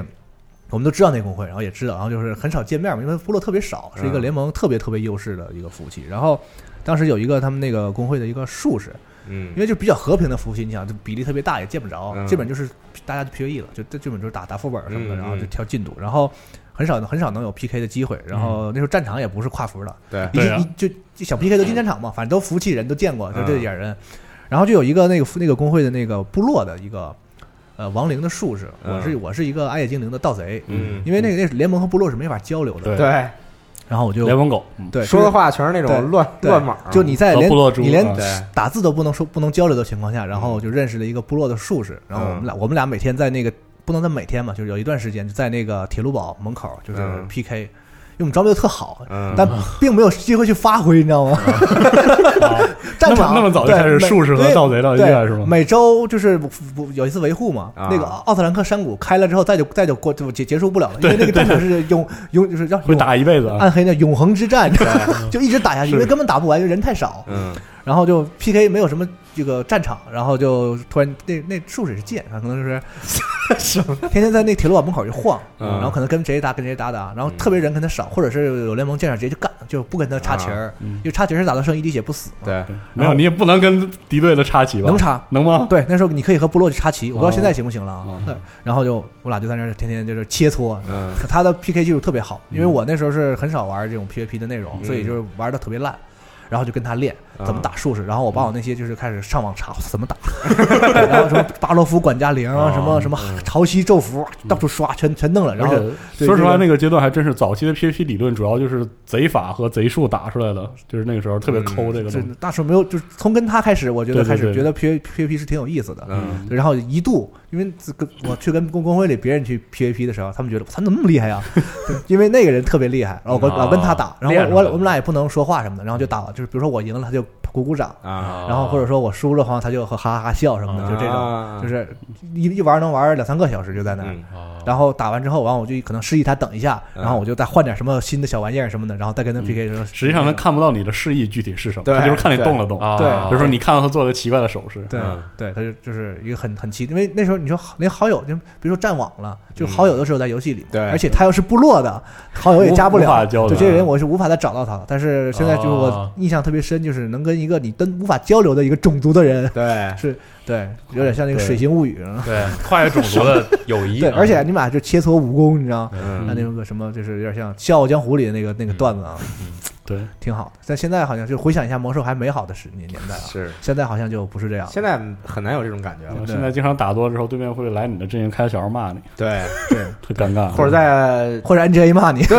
B: 我们都知道那个工会，然后也知道，然后就是很少见面嘛，因为部落特别少，是一个
E: 嗯
B: 联盟特别特别优势的一个服务器。然后当时有一个他们那个工会的一个术士，
E: 嗯
B: 因为就比较和平的服务器，你想就比例特别大，也见不着，
E: 嗯
B: 基本就是大家就 PVE 了，就就基本就是打打副本什么的，
E: 嗯
B: 然后就
E: 嗯
B: 调进度，然后很少很少能有 PK 的机会。然后那时候战场也不是跨服的，
E: 嗯对
B: 一
G: 对啊
B: 一就就小 PK 都进战场嘛，反正都服务器人都见过，就这
E: 嗯
B: 点人。然后就有一个那个那个工会的那个部落的一个呃亡灵的术士，我是我是一个暗夜精灵的盗贼，
E: 嗯
B: 因为那个那联盟和部落是没法交流的。
G: 对
E: 对，
B: 然后我就
G: 联盟狗，嗯
B: 对
E: 说
B: 就
E: 的
B: 是
E: 话全是那种
B: 对
E: 乱
B: 对
E: 乱码儿，
B: 就你在
G: 和
B: 连
G: 部落猪
B: 你连
G: 啊
E: 对嗯
B: 打字都不能说不能交流的情况下，然后我就认识了一个部落的术士，然后我们俩、我们俩每天在那个不能在每天嘛，就是有一段时间就在那个铁路堡门口就是
E: 嗯
B: PK，、因为我们装备都特好，
E: 嗯
B: 但并没有机会去发挥，你知道吗？ 战场
G: 哦那么那么早就开始
B: 对
G: 术士和
B: 每
G: 盗贼的
B: 对
G: 恋爱是吗
B: 每周就是不不有一次维护嘛，
E: 啊
B: 那个奥特兰克山谷开了之后，再就再就过就结结束不了了，因为那个战场是永永就是叫
G: 会打一辈子啊，
B: 暗黑那永恒之战， 就一直打下去，因为根本打不完，因为人太少。
E: 嗯
B: 然后就 PK 没有什么这个战场，然后就突然那那术士是贱，他可能就是 天天在那铁路网门口就晃，
E: 嗯
B: 然后可能跟谁打跟谁打打，然后特
G: 嗯
B: 别人跟他少，或者是有联盟见上直接就干，就不跟他插旗
G: 啊
B: 儿，
G: 嗯
B: 因为插旗儿是打到剩一滴血不死嘛，
E: 对，
G: 没有你也不能跟敌对的插旗吧？
B: 能插。
G: 能吗？
B: 对，那时候你可以和部落去插旗，我不知道
G: 哦
B: 现在行不行了啊。
G: 哦
B: 对，然后就我俩就在那儿天天就是切磋，
E: 嗯
B: 可他的 PK 技术特别好，
G: 嗯
B: 因为我那时候是很少玩这种 PVP 的内容，所以就是玩的特别烂。然后就跟他练
G: 嗯
B: 怎么打术士，然后我把我那些就是开始上网 查怎么打， 对然后什么巴洛夫管家铃，啊什么什么潮汐咒符，到处刷，全全弄了。然
G: 哦嗯而
B: 后
G: 且
B: 对
G: 说实话，
B: 这个
G: 那个阶段还真是早期的 PVP 理论，主要就是贼法和贼术打出来的，就是那个时候特别抠这个
B: 就
G: 东西。
B: 那时候没有，就是从跟他开始，我觉得
G: 对对
B: 开始
G: 对
B: 觉得 P P P 是挺有意思的。
E: 嗯
B: 对然后一度，因为这个我去跟工工会里别人去 PVP 的时候，他们觉得他怎么那么厉 害呀、对因为那个人特别厉害，然后我
C: 嗯
B: 老跟他打，然后
C: 练出来
B: 我我
C: 了
B: 我们俩也不能说话什么的，然后就打了，就是比如说我赢了，他就鼓鼓掌，
E: 啊，
B: 然后或者说我输了，好像他就哈哈哈笑什么的，就这种，
E: 啊
B: 就是一一玩能玩两三个小时就在那儿。
E: 嗯
C: 啊
B: 然后打完之后，完我就可能示意他等一下，
E: 嗯
B: 然后我就再换点什么新的小玩意儿什么的，然后再跟他 PK 说。
G: 实际上他看不到你的示意具体是什么，
E: 对
G: 他就是看你动了动，
C: 啊
B: 对
G: 比如说你看到他做了奇怪的手势，
B: 对
E: 嗯
B: 对，他就就是一个很很奇，因为那时候你说好连好友，就比如说战网了，就好友都是有在游戏里，
E: 对
B: 而且他要是部落的，好友也加不
G: 无无法
B: 了，
G: 交流
B: 就这些人我是无法再找到他了。但是现在就是我
C: 哦
B: 印象特别深，就是能跟一个你跟无法交流的一个种族的人，
E: 对，
B: 是对，有点像那个《水形物语》啊
C: 对跨越种族的友谊，
B: 对，
C: 嗯
B: 而且你们俩就切磋武功，你知道吗？
E: 嗯
B: 那那个什么，就是有点像《笑傲江湖》里的那个那个段子啊，
G: 对，
B: 挺好的。但现在好像就回想一下魔兽还美好的时年年代啊，
E: 是
B: 现在好像就不是这样了。
E: 现在很难有这种感觉了，
G: 现在经常打多之后，对面会来你的阵营开小号骂你，
E: 对，
B: 对，
G: 特尴尬。
E: 或者在
B: 或者 NGA 骂你，对，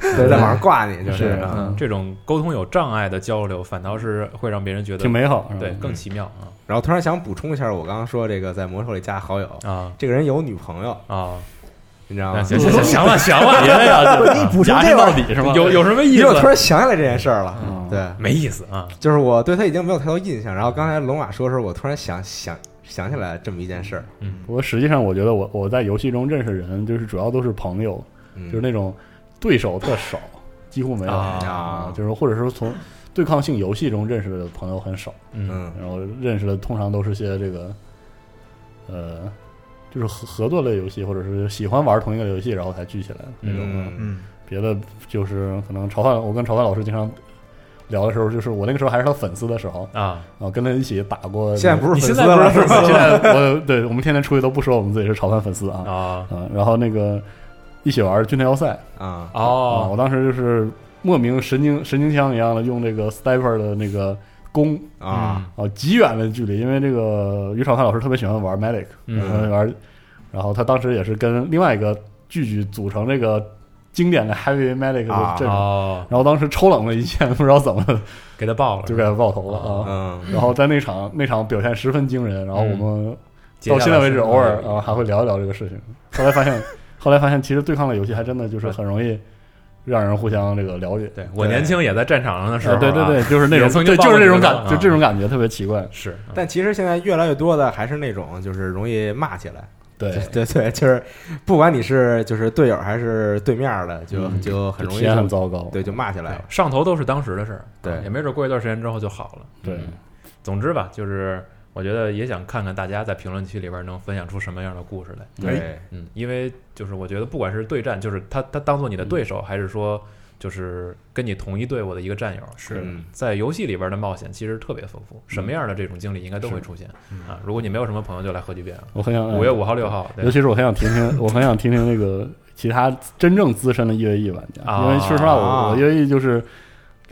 E: 对在网上挂你，就是
G: 是
E: 啊
G: 嗯
C: 这种沟通有障碍的交流，反倒是会让别人觉得
G: 挺美好，
C: 对更
G: 嗯
C: 奇妙啊
E: 然后突然想补充一下，我刚刚说这个在魔兽里加好友，
C: 啊
E: 这个人有女朋友，
C: 啊！
E: 你知道
C: 那
E: 吗？
C: 行行行行了行了，别呀，
B: 你补充
G: 牙
B: 这
G: 碜到
B: 玩意儿，
G: 底是吗？
C: 有有什么意
E: 因为我突
C: 思？
E: 然想起来这件事儿了，
G: 嗯
E: 对，
C: 没意思啊！
E: 就是我对他已经没有太多印象。然后刚才龙马说的时候，我突然想想想起来这么一件事儿，
G: 不过实际上，我觉得我我在游戏中认识人，就是主要都是朋友，
E: 嗯
G: 就是那种对手特少，几乎没有
C: 啊
E: 啊，
G: 就是或者说从对抗性游戏中认识的朋友很少，
C: 嗯
E: 嗯
G: 然后认识的通常都是些这个，呃，就是合合作类游戏，或者是喜欢玩同一个游戏，然后才聚起来的那种。
E: 嗯
B: 嗯，
G: 别的就是可能潮范，我跟潮范老师经常聊的时候，就是我那个时候还是他粉丝的时候，
C: 啊，
G: 啊，跟他一起打过。
E: 现在不
C: 你
E: 是
C: 现
E: 粉丝
C: 在不
E: 了，
C: 是粉丝
G: 现在我对我们天天出去都不说我们自己是潮范粉丝啊。
C: 啊
G: 嗯，然后那个一起玩军团要塞
E: 啊，
G: 啊，
C: 哦
G: 我当时就是莫名神经神经枪一样的用这个 sniper 的那个弓
E: 啊，
G: 啊，极远的距离，因为这个于朝汉老师特别喜欢玩 medic，
C: 嗯
G: 玩，然后他当时也是跟另外一个聚聚组成这个经典的 heavy medic 的
E: 啊
G: 阵容。
C: 哦，
G: 然后当时抽冷了一箭， 不知道怎么的
C: 给他爆了，
G: 就给他爆头了啊！
E: 嗯
G: 然后在那场那场表现十分惊人，然后我们
C: 截下
G: 到
C: 来
G: 现在为止，
C: 是吧嗯
G: 偶尔啊还会聊一聊这个事情。后来发现，后来发现，其实对抗类游戏还真的就是很容易让人互相这个了解。
C: 对我年轻也在战场上的时候
G: 啊，
C: 啊，
G: 对对对，就是那
C: 也
G: 种，
C: 曾
G: 对，
C: 经爆
G: 就是
C: 过
G: 这种
C: 头
G: 感，
C: 啊
G: 就这种感觉特别奇怪。
C: 是啊
E: 但其实现在越来越多的还是那种，就是容易骂起来。
G: 对，
E: 对对，就是不管你是就是队友还是对面的，就
G: 嗯
E: 就很容易
G: 体验很
E: 就
G: 糟糕。
E: 对就骂起来了。
C: 上头都是当时的事儿，啊
E: 对
C: 也没准过一段时间之后就好了。
G: 对
C: 嗯，总之吧，就是我觉得也想看看大家在评论区里边能分享出什么样的故事来。
E: 对，
C: 嗯，因为就是我觉得不管是对战，就是他他当做你的对手，还是说就是跟你同一队伍的一个战友，是嗯
E: 嗯
C: 在游戏里边的冒险其实特别丰富，什么样的这种经历应该都会出现啊。如果你没有什么朋友，就来核聚变啊，
G: 我很想嗯
C: 五月五号、六号，对
G: 尤其是我很想听听，我很想听听那个其他真正资深的 EVE 玩家，
C: 啊
G: 因为说实话，
E: 啊
G: 我我 EVE 就是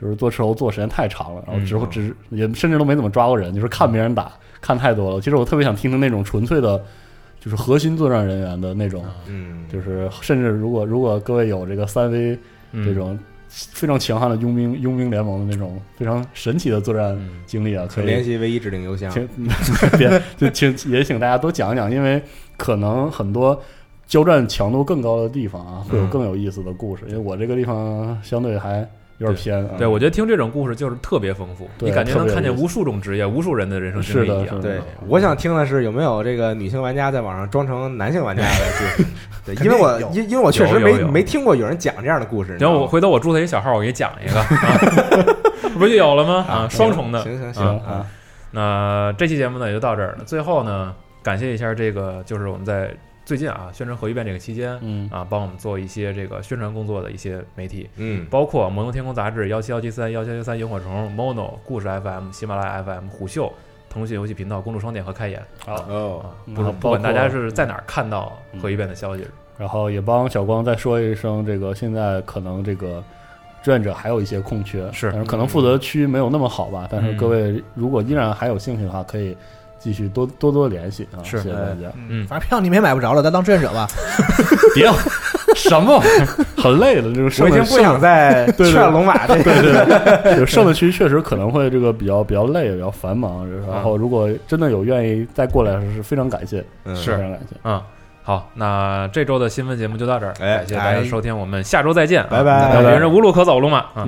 G: 就是做吃猴做时间太长了，然后
C: 嗯
G: 之后只也甚至都没怎么抓过人，就是看别人打看太多了。其实我特别想听听那种纯粹的，就是核心作战人员的那种，
E: 嗯，
G: 就是甚至如果如果各位有这个三 V
C: 嗯
G: 这种非常强悍的佣兵佣兵联盟的那种非常神奇的作战
C: 嗯
G: 经历啊，可
E: 请
G: 以
E: 联系唯一指定邮箱。
G: 请别就请也请大家多讲一讲，因为可能很多交战强度更高的地方啊，会有更有意思的故事。因为我这个地方相对还有点偏啊。
C: 对，我觉得听这种故事就是特别丰富，
G: 对
C: 你感觉
G: 特
C: 能
G: 别有
C: 看见
G: 意思
C: 无数种职业、无数人的人生经
G: 是
C: 历
G: 的
C: 一样。
G: 是的
E: 对
G: 嗯，
E: 我想听的是有没有这个女性玩家在网上装成男性玩家的 故事，对，
B: 肯定
E: 因为我
B: 有
E: 因因为我确实
C: 有有
E: 没
C: 有
E: 没听过有人讲这样的故事。你知
C: 然
E: 道
C: 后我
E: 吗
C: 回头我注册一小号，我给你讲一 个，啊、不就有了吗？啊，双重的。
E: 行行
G: 行
E: 行
G: 啊，
C: 那这期节目呢也就到这儿了。最后呢，感谢一下这个，就是我们在最近啊宣传核聚变这个期间
G: 嗯，
C: 啊，帮我们做一些这个宣传工作的一些媒体，
E: 嗯
C: 包括摩登天空杂志、幺七幺七三、幺七幺三萤火虫、Mono、故事 FM、喜马拉雅 FM、虎嗅、腾讯游戏频道、公众商店和开眼
G: 好。
E: 哦，
C: 啊，
G: 嗯
C: 不是
G: 包括嗯
C: 不管大家是在哪儿看到核聚变的消 息，
G: 然后也帮小光再说一声，这个现在可能这个。志愿者还有一些空缺，
C: 是
G: 但是可能负责区没有那么好吧。但是
C: 嗯
G: 各位如果依然还有兴趣的话，可以继续多多多联系啊！
C: 是
G: 谢谢大家。
C: 嗯
B: 反正票你们也买不着了，咱当志愿者吧。
G: 别什么玩意儿，很累的，就是
E: 我已经不想 再
G: 对
E: 劝龙马这
G: 对对，对，剩的区确实可能会这个比较比较累，比较繁忙。然后如果真的有愿意再过来，是非常感谢，
E: 嗯
C: 是
G: 非常感谢。
C: 嗯，好，那这周的新闻节目就到这儿，
E: 哎
C: 感谢大家收听，我们下周再见啊，
E: 拜拜
C: 有人是无路可走，龙马啊。